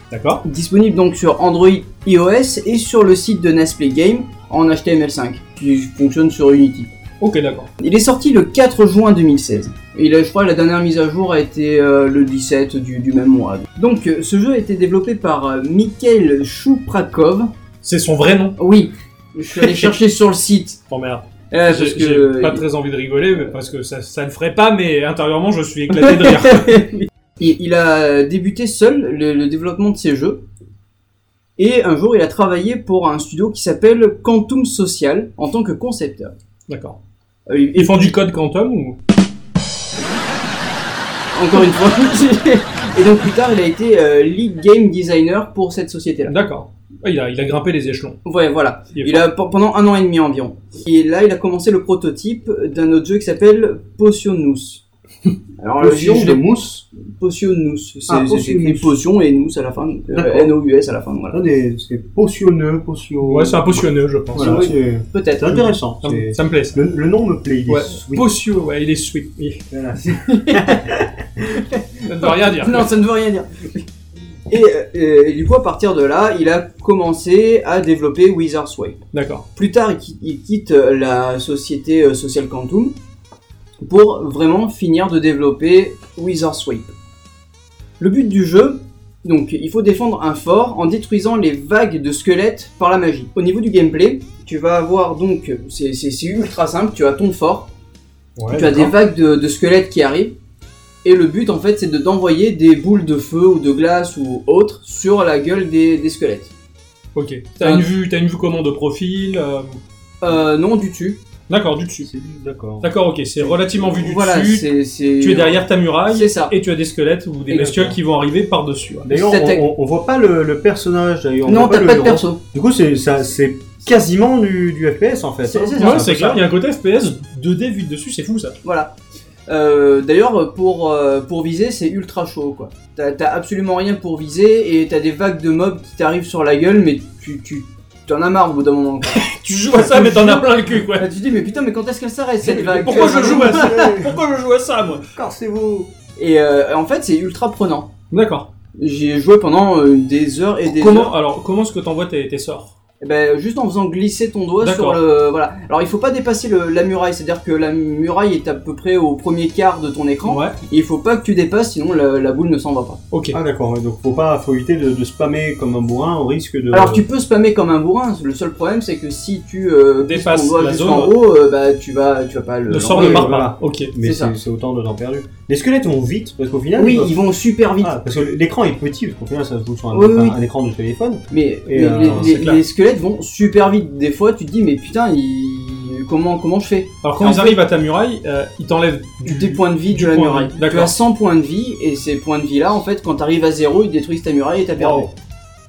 D: D'accord.
E: disponible donc sur Android, iOS et sur le site de Nesplay Game en HTML5 qui fonctionne sur Unity.
D: Ok, d'accord.
E: Il est sorti le 4 juin 2016. Et là, je crois que la dernière mise à jour a été euh, le 17 du, du même mois. Donc euh, ce jeu a été développé par euh, Mikhail Chuprakov.
D: C'est son vrai nom.
E: Oui, je suis allé chercher sur le site.
D: Oh merde.
E: euh,
D: J'ai
E: parce que,
D: j'ai pas
E: euh,
D: très envie de rigoler mais parce que ça, ça le ferait pas, mais intérieurement je suis éclaté de rire.
E: il, il a débuté seul le, le développement de ses jeux. Et un jour, il a travaillé pour un studio qui s'appelle Quantum Social en tant que concepteur.
D: D'accord.
E: Euh, il-
D: Ils font du code quantum ou
E: Encore une fois. Et donc plus tard, il a été euh, lead game designer pour cette société-là.
D: D'accord. Ah, Il a, il a grimpé les échelons.
E: Ouais, voilà.
D: Il est
E: Il a pe- pendant un an et demi environ. Et là, il a commencé le prototype d'un autre jeu qui s'appelle Potionous. Alors le jeu,
F: Potion
E: je
F: de
E: l'ai-
F: mousse
E: Potionous. C'est
F: Ah,
E: c'est écrit
F: Potionous.
E: potion et nous à la fin. donc, euh,
F: D'accord.
E: N-O-U-S à la fin. Voilà.
F: Non, des- c'est potionneux, potion.
D: Ouais, c'est un potionneux, je pense.
F: Voilà,
E: Oui.
F: c'est c'est
E: Peut-être.
F: intéressant.
D: Ça, me-
F: c'est-
D: ça me plaît ça.
F: Le, le nom me plaît. il est
D: Ouais,
F: sweet.
D: Potio, ouais, il est sweet. Il-
F: Voilà.
D: Ça ne veut rien dire.
E: Non, ça ne veut rien dire. Et, euh, euh, et du coup, à partir de là, il a commencé à développer Wizard's Way.
D: D'accord.
E: Plus tard, il qui- il quitte euh, la société euh, Social Quantum pour vraiment finir de développer Wizard Sweep. Le but du jeu, donc, il faut défendre un fort en détruisant les vagues de squelettes par la magie. Au niveau du gameplay, tu vas avoir donc, c'est c'est- c'est ultra simple, tu as ton fort,
D: Ouais,
E: tu as des
D: d'accord.
E: vagues de, de squelettes qui arrivent, et le but en fait c'est de d'envoyer des boules de feu ou de glace ou autre sur la gueule des- des squelettes.
D: Ok. T'as une vue, t'as une vue comment de profil. euh,
E: Euh, non, du dessus.
D: D'accord, du dessus.
F: D'accord.
D: D'accord, ok. C'est relativement vu du
E: Voilà,
D: dessus.
E: c'est. c'est-
D: Tu es derrière ta muraille
E: C'est ça.
D: et tu as des squelettes ou des
E: Exactement.
D: bestioles qui vont arriver par dessus.
F: D'ailleurs,
E: C'était-
F: on, on- on voit pas le, le personnage. d'ailleurs, on
E: non,
F: voit
E: t'as pas de
F: le héros.
E: perso.
F: Du coup, c'est ça- c'est quasiment du, du FPS en fait.
E: C'est-
F: hein.
E: c'est ça.
F: un
D: Ouais,
F: peu
D: c'est
F: ça.
D: clair. Il y a un côté FPS 2D vu de dessus, c'est fou ça.
E: Voilà. Euh, D'ailleurs, pour, euh, pour viser, c'est ultra chaud, quoi. T'as t'as absolument rien pour viser et t'as des vagues de mobs qui t'arrivent sur la gueule, mais tu. tu T'en as marre au bout d'un moment. quoi.
D: Tu joues à ça, mais t'en as plein le cul, quoi.
E: tu te dis, mais putain, mais quand est-ce qu'elle s'arrête cette vague
D: Pourquoi je joue à ça Pourquoi je joue à ça, moi
F: Corsez-vous.
E: Et euh, en fait, c'est ultra prenant.
D: D'accord.
E: J'ai joué pendant euh, des heures et des heures.
D: Comment, alors, comment est-ce que t'envoies tes, tes sorts
E: Eh ben, juste en faisant glisser ton doigt sur
D: D'accord.
E: le. Voilà. Alors il faut pas dépasser le- la muraille, c'est-à-dire que la muraille est à peu près au premier quart de ton écran.
D: Ouais.
E: Et il faut pas que tu dépasses, sinon la, la boule ne s'en va pas.
D: Ok.
F: Ah d'accord. ouais, Donc faut pas, faut éviter de, de spammer comme un bourrin au risque de.
E: Alors tu peux spammer comme un bourrin. Le seul problème c'est que si tu euh, glisses
D: Dépasses
E: ton doigt
D: la
E: jusqu'en
D: zone.
E: haut, euh, bah tu vas, tu vas pas le.
D: Le sort
F: oui,
D: ne part
F: voilà.
D: pas. Ok.
F: Mais
E: c'est ça.
F: c'est c'est autant de temps perdu. Les squelettes vont vite parce qu'au final.
E: Oui,
F: ils peuvent-
E: ils vont super vite.
F: Ah, parce que l'écran est petit, parce qu'au final ça se joue sur un,
E: Oui, oui,
F: un-
E: oui.
F: un écran de téléphone.
E: Mais
F: Et,
E: les,
F: euh,
E: les-
D: c'est
E: les-
D: clair.
E: les squelettes vont super vite. Des fois, tu te dis mais putain, ils- comment comment je fais
D: Alors, quand
E: En
D: ils
E: fait-
D: arrivent à ta muraille, euh, ils t'enlèvent du.
E: des points de vie
D: du
E: de la
D: point de
E: muraille.
D: vie,
E: Tu
D: d'accord.
E: as 100 points de vie et ces points de vie là, en fait, quand t'arrives à zéro, ils détruisent ta muraille et t'as perdu.
D: Wow.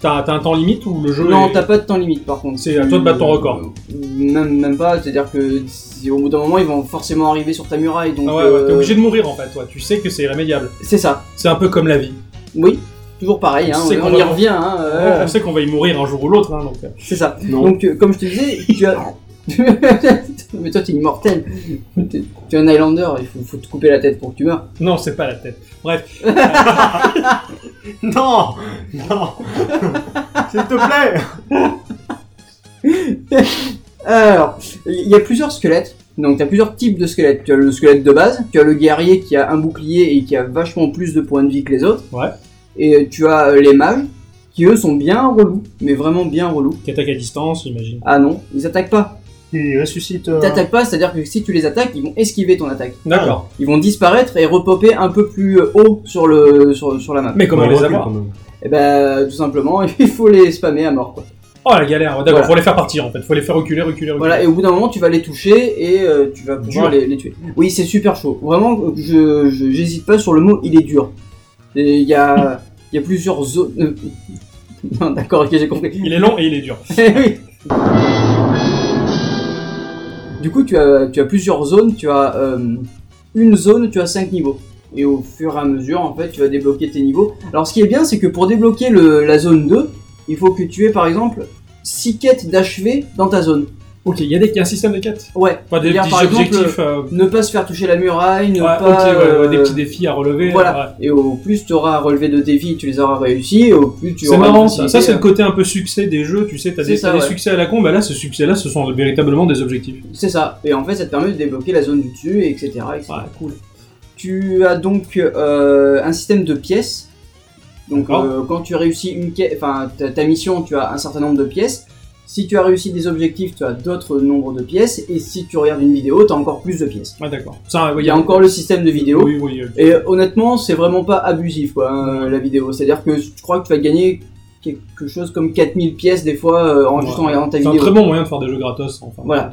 D: T'as t'as un temps limite ou le jeu
E: Non,
D: est-
E: t'as pas de temps limite par contre. Euh,
D: C'est à toi de battre ton record.
E: Même, même pas, c'est-à-dire que si- au bout d'un moment ils vont forcément arriver sur ta muraille donc.
D: Ah ouais, ouais, t'es
E: euh,
D: obligé de mourir en fait, toi. Tu sais que c'est irrémédiable.
E: C'est ça,
D: C'est un peu comme la vie.
E: oui, toujours pareil, hein,
D: C'est
E: on,
D: qu'on Oh.
E: on y
D: va-
E: revient, hein, euh,
D: On sait qu'on va y mourir un jour ou l'autre, hein, donc. euh,
E: c'est ça.
F: Non.
E: Donc euh, comme je te disais, tu as. Mais toi t'es immortel, t'es t'es un Highlander, il faut, faut te couper la tête pour que tu meurs.
D: Non, c'est pas la tête. Bref,
F: Non Non S'il te plaît
E: Alors, il y a plusieurs squelettes. Donc, tu as plusieurs types de squelettes. Tu as le squelette de base, tu as le guerrier qui a un bouclier et qui a vachement plus de points de vie que les autres.
D: Ouais.
E: Et tu as euh, les mages, qui eux sont bien relous, mais vraiment bien relous.
D: qui attaque à distance, j'imagine.
E: Ah non, ils attaquent pas.
F: Il ressuscite. euh,
E: T'attaques pas, c'est-à-dire que si tu les attaques, ils vont esquiver ton attaque.
D: D'accord.
E: Ils vont disparaître et repopper un peu plus haut sur, le, sur, sur la map.
D: Mais comment
F: dans
D: les
F: recul,
D: avoir
F: quand même.
E: Et ben, tout simplement, il faut les spammer à mort, quoi.
D: Oh la galère, d'accord,
E: Voilà.
D: faut les faire partir en fait, faut les faire reculer, reculer, reculer.
E: Voilà, et au bout d'un moment, tu vas les toucher et euh, tu vas pouvoir
D: Dur.
E: les, les tuer. Oui, c'est super chaud. Vraiment, euh, je je- j'hésite pas sur le mot. Il est dur. Et Il y a, il y a plusieurs zones. euh, Non, d'accord, ok, j'ai compris. Eh
D: Il est long et il est dur.
E: Oui. Du coup, tu as, tu as plusieurs zones. Tu as euh, une zone, tu as cinq niveaux. Et au fur et à mesure, en fait, tu vas débloquer tes niveaux. Alors, ce qui est bien, c'est que pour débloquer le- la zone 2, il faut que tu aies, par exemple, 6 quêtes d'achever dans ta zone.
D: Ok, il y, a des- il y a un système de quêtes.
E: Ouais.
D: Enfin, des
E: C'est-à-dire,
D: petits
E: par exemple,
D: objectifs. euh,
E: Ne pas se faire toucher la muraille, ne
D: ouais,
E: pas...
D: ok, ouais, ouais, des
E: euh,
D: petits défis à relever. ouais.
E: Voilà. Et au plus tu auras relevé de défis, tu les auras réussis, et au plus tu
D: C'est
E: auras... une
D: marrant ça. Ça,
E: facilité,
D: c'est
E: euh,
D: le côté un peu succès des jeux. Tu sais, t'as
E: C'est
D: des,
E: ça,
D: t'as des
E: ouais.
D: succès à la con. Bah là, ce succès-là, ce sont véritablement des objectifs.
E: C'est ça. Et en fait, ça te permet de débloquer la zone du dessus, et etc. etc.
D: Ouais,
E: Ah, cool. Tu as donc euh, un système de pièces. Donc,
D: D'accord.
E: euh, quand tu réussis une quai- enfin, ta, ta mission, tu as un certain nombre de pièces. Si tu as réussi des objectifs, tu as d'autres nombres de pièces. Et si tu regardes une vidéo, tu as encore plus de pièces.
D: Ouais, d'accord. Ça, ouais,
E: Il y a encore le système de vidéo.
D: Oui, oui. euh,
E: Et honnêtement, c'est vraiment pas abusif, quoi, hein, la vidéo. C'est-à-dire que je crois que tu vas gagner quelque chose comme 4000 pièces des fois euh, en
D: Ouais.
E: juste en regardant ta
D: C'est un
E: vidéo.
D: très bon moyen de faire des jeux gratos. Enfin,
E: Voilà.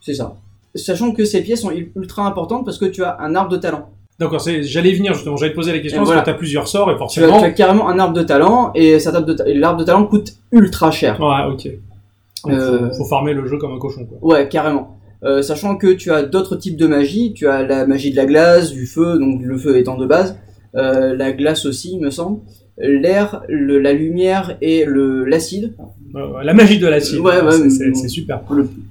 E: C'est ça. Sachant que ces pièces sont ultra importantes parce que tu as un arbre de talent.
D: D'accord, c'est- j'allais y venir justement, j'allais te poser la question
E: Et
D: parce
E: voilà.
D: que t'as plusieurs sorts et
E: Tu as,
D: forcément.
E: tu as carrément un arbre de talent et cet arbre de ta- et l'arbre de talent coûte ultra cher.
D: Ouais, ok. Donc,
E: Euh,
D: faut, faut farmer le jeu comme un cochon quoi.
E: Ouais, carrément. Euh, sachant que tu as d'autres types de magie, tu as la magie de la glace, du feu, donc le feu étant de base, euh, la glace aussi, il me semble, l'air, le- la lumière et le l'acide,
D: Euh, la magie de l'acide,
E: Ouais, ouais,
D: c'est-
E: mais
D: c'est
E: bon.
D: c'est super.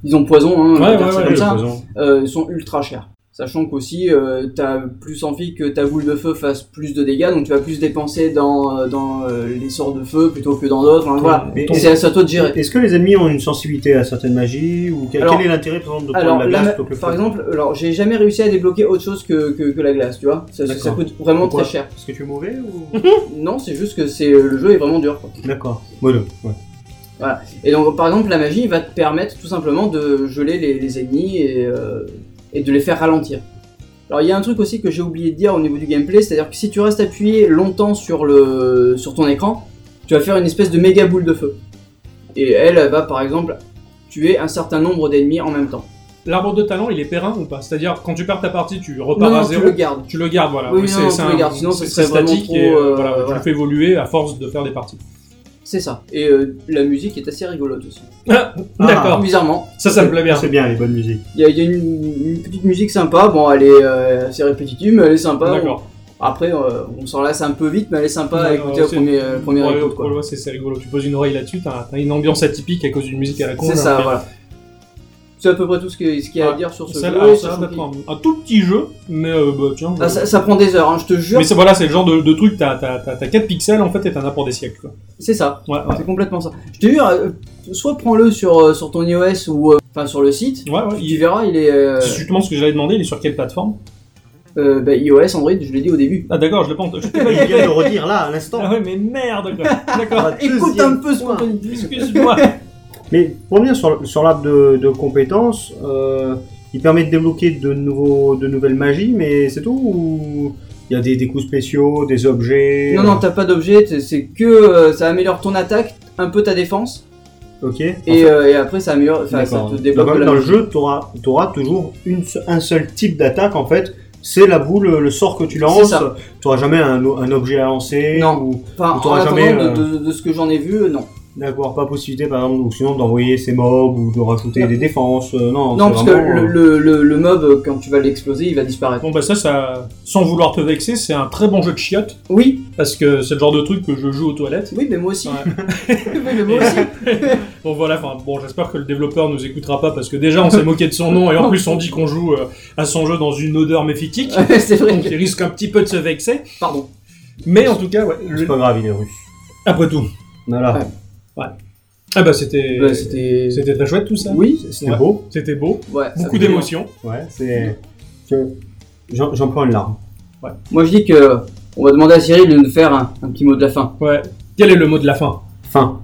E: ils ont poison, hein, on
D: Ouais,
E: va dire
D: ouais,
E: ça
D: ouais,
E: comme
D: le
E: ça,
F: poison.
E: euh, sont ultra chers. Sachant qu'aussi, euh, t'as plus envie que ta boule de feu fasse plus de dégâts, donc tu vas plus dépenser dans, euh, dans euh, les sorts de feu plutôt que dans d'autres. hein, voilà,
F: Mais
E: Et c'est à- c'est à toi de gérer.
F: Est-ce que les ennemis ont une sensibilité à certaines magies ou quel,
E: Alors-
F: quel est l'intérêt par exemple de prendre
E: Alors,
F: la
E: là,
F: glace plutôt que le
E: par
F: feu
E: exemple, alors j'ai jamais réussi à débloquer autre chose que, que, que la glace, tu vois. Ça, ça- ça
F: D'accord.
E: coûte vraiment
F: Pourquoi
E: très cher.
F: Parce que tu es mauvais ou
E: Non, c'est juste que c'est le jeu est vraiment dur. quoi.
F: D'accord. Voilà. Ouais.
E: Et donc, par exemple, la magie va te permettre tout simplement de geler les, les ennemis et, euh, et de les faire ralentir. Alors, il y a un truc aussi que j'ai oublié de dire au niveau du gameplay, c'est-à-dire que si tu restes appuyé longtemps sur, le, sur ton écran, tu vas faire une espèce de méga boule de feu. Et elle, elle va par exemple tuer un certain nombre d'ennemis en même temps.
D: L'arbre de talent, il est périn ou pas C'est-à-dire quand tu perds ta partie, tu repars
E: Non,
D: à
E: non, tu
D: zéro.
E: le gardes.
D: Tu le gardes, voilà.
E: Oui, non,
D: c'est
E: non,
D: c'est
E: tu le gardes, sinon ce
D: c'est
E: serait vraiment
D: statique
E: trop,
D: et
E: euh,
D: voilà, tu
E: voilà.
D: le fais évoluer à force de faire des parties.
E: C'est ça. Et euh, la musique est assez rigolote aussi. Ah,
D: D'accord,
E: Bizarrement,
D: ça, ça me plaît bien.
F: C'est bien les bonnes musiques.
E: il y a, il y a une, une petite musique sympa. Bon, elle est euh, assez répétitive, mais elle est sympa.
D: D'accord.
E: On- après, euh, on s'en lasse un peu vite, mais elle est sympa à
D: Ouais,
E: écouter
D: ouais,
E: au
D: c'est-
E: premier, euh, premier
D: Ouais,
E: écoute.
D: ouais,
E: Quoi.
D: ouais, c'est c'est rigolo. Tu poses une oreille là-dessus, t'as t'as une ambiance atypique à cause d'une musique à la con.
E: C'est
D: là.
E: ça, voilà. C'est à peu près tout ce que- ce qu'il y a à
D: Ouais.
E: dire sur ce
D: Ça,
E: jeu.
D: alors, ça,
E: sachant
D: ça
E: qu'il-
D: prend un, tout petit jeu, mais euh, bah, tiens.
E: Ah,
D: euh,
E: ça, ça prend des heures, hein, je te jure.
D: mais c'est- voilà, c'est le genre de, de truc, t'as t'as- t'as- t'as 4 pixels en fait et t'en as pour des siècles. Quoi.
E: C'est ça,
D: Ouais, Ah, ouais.
E: c'est complètement ça. Je te jure, euh, soit prends-le sur, euh, sur ton iOS ou euh, enfin sur le site.
D: Ouais, ouais,
E: Tu
D: il-
E: verras, il est euh,
D: C'est justement ce que j'allais demander, il est sur quelle plateforme
E: euh, bah, iOS, Android, je l'ai dit au début.
D: Ah d'accord, je l'ai pas entendu.
F: Il vient de le redire là à
D: Ah
F: l'instant.
D: ouais, mais merde quoi. D'accord,
F: Ah,
E: Écoute
F: deuxième
E: un peu ce
F: point.
E: qu'on te dit.
D: excuse-moi.
F: Mais pour revenir sur, sur l'arbre de, de compétences, euh, il permet de débloquer de, nouveaux, de nouvelles magies, mais c'est tout Ou il y a des, des coups spéciaux, des objets
E: Non, non, t'as pas d'objet, t'es- c'est que euh, ça améliore ton attaque, un peu ta défense,
F: Ok.
E: et, euh, et après ça améliore, enfin, ça
F: D'accord.
E: te débloque
F: Donc,
E: de la
F: dans le
E: magie.
F: jeu, tu auras, toujours une, se- un seul type d'attaque en fait. C'est la boule, le sort que tu
E: C'est
F: lances.
E: ça.
F: Tu n'auras jamais un, o- un objet à lancer.
E: Non.
F: Ou
E: Enfin, en
F: t'auras
E: attendant
F: jamais,
E: de-
F: euh,
E: de, de ce que j'en ai vu, euh, non.
F: d'avoir pas possibilité, par exemple, ou sinon d'envoyer ses mobs ou de rajouter
E: Non.
F: des défenses. euh, non,
E: Non,
F: c'est
E: parce
F: vraiment,
E: que le, le,
F: euh,
E: le, le mob, euh, quand tu vas l'exploser, il va disparaître.
D: Bon bah ça, ça, sans vouloir te vexer, c'est un très bon jeu de chiottes
E: Oui,
D: parce que c'est le genre de truc que je joue aux toilettes.
E: oui, mais moi aussi.
D: Ouais.
E: oui, mais moi aussi.
D: Bon voilà, enfin bon, j'espère que le développeur nous écoutera pas parce que déjà on s'est moqué de son nom et en plus on dit qu'on joue euh, à son jeu dans une odeur méphitique,
E: Ouais, c'est vrai.
D: donc
E: que-
D: il risque un petit peu de se vexer.
E: Pardon.
D: Mais en tout cas, ouais, le-
F: C'est pas grave, il est russe.
D: après tout.
F: Voilà.
E: Ouais.
D: Ah bah c'était,
E: Bah, c'était.
D: c'était très chouette tout ça.
E: Oui,
F: C'était
D: Ouais.
F: beau.
D: C'était beau,
E: ouais, ça
D: beaucoup
E: fait plaisir.
D: d'émotions.
F: Ouais, c'est. je- J'en j'en prends une larme.
E: Moi je euh, dis que. On va demander à Cyril de nous faire un, un petit mot de la fin.
D: Ouais. Quel est le mot de la fin
F: Fin.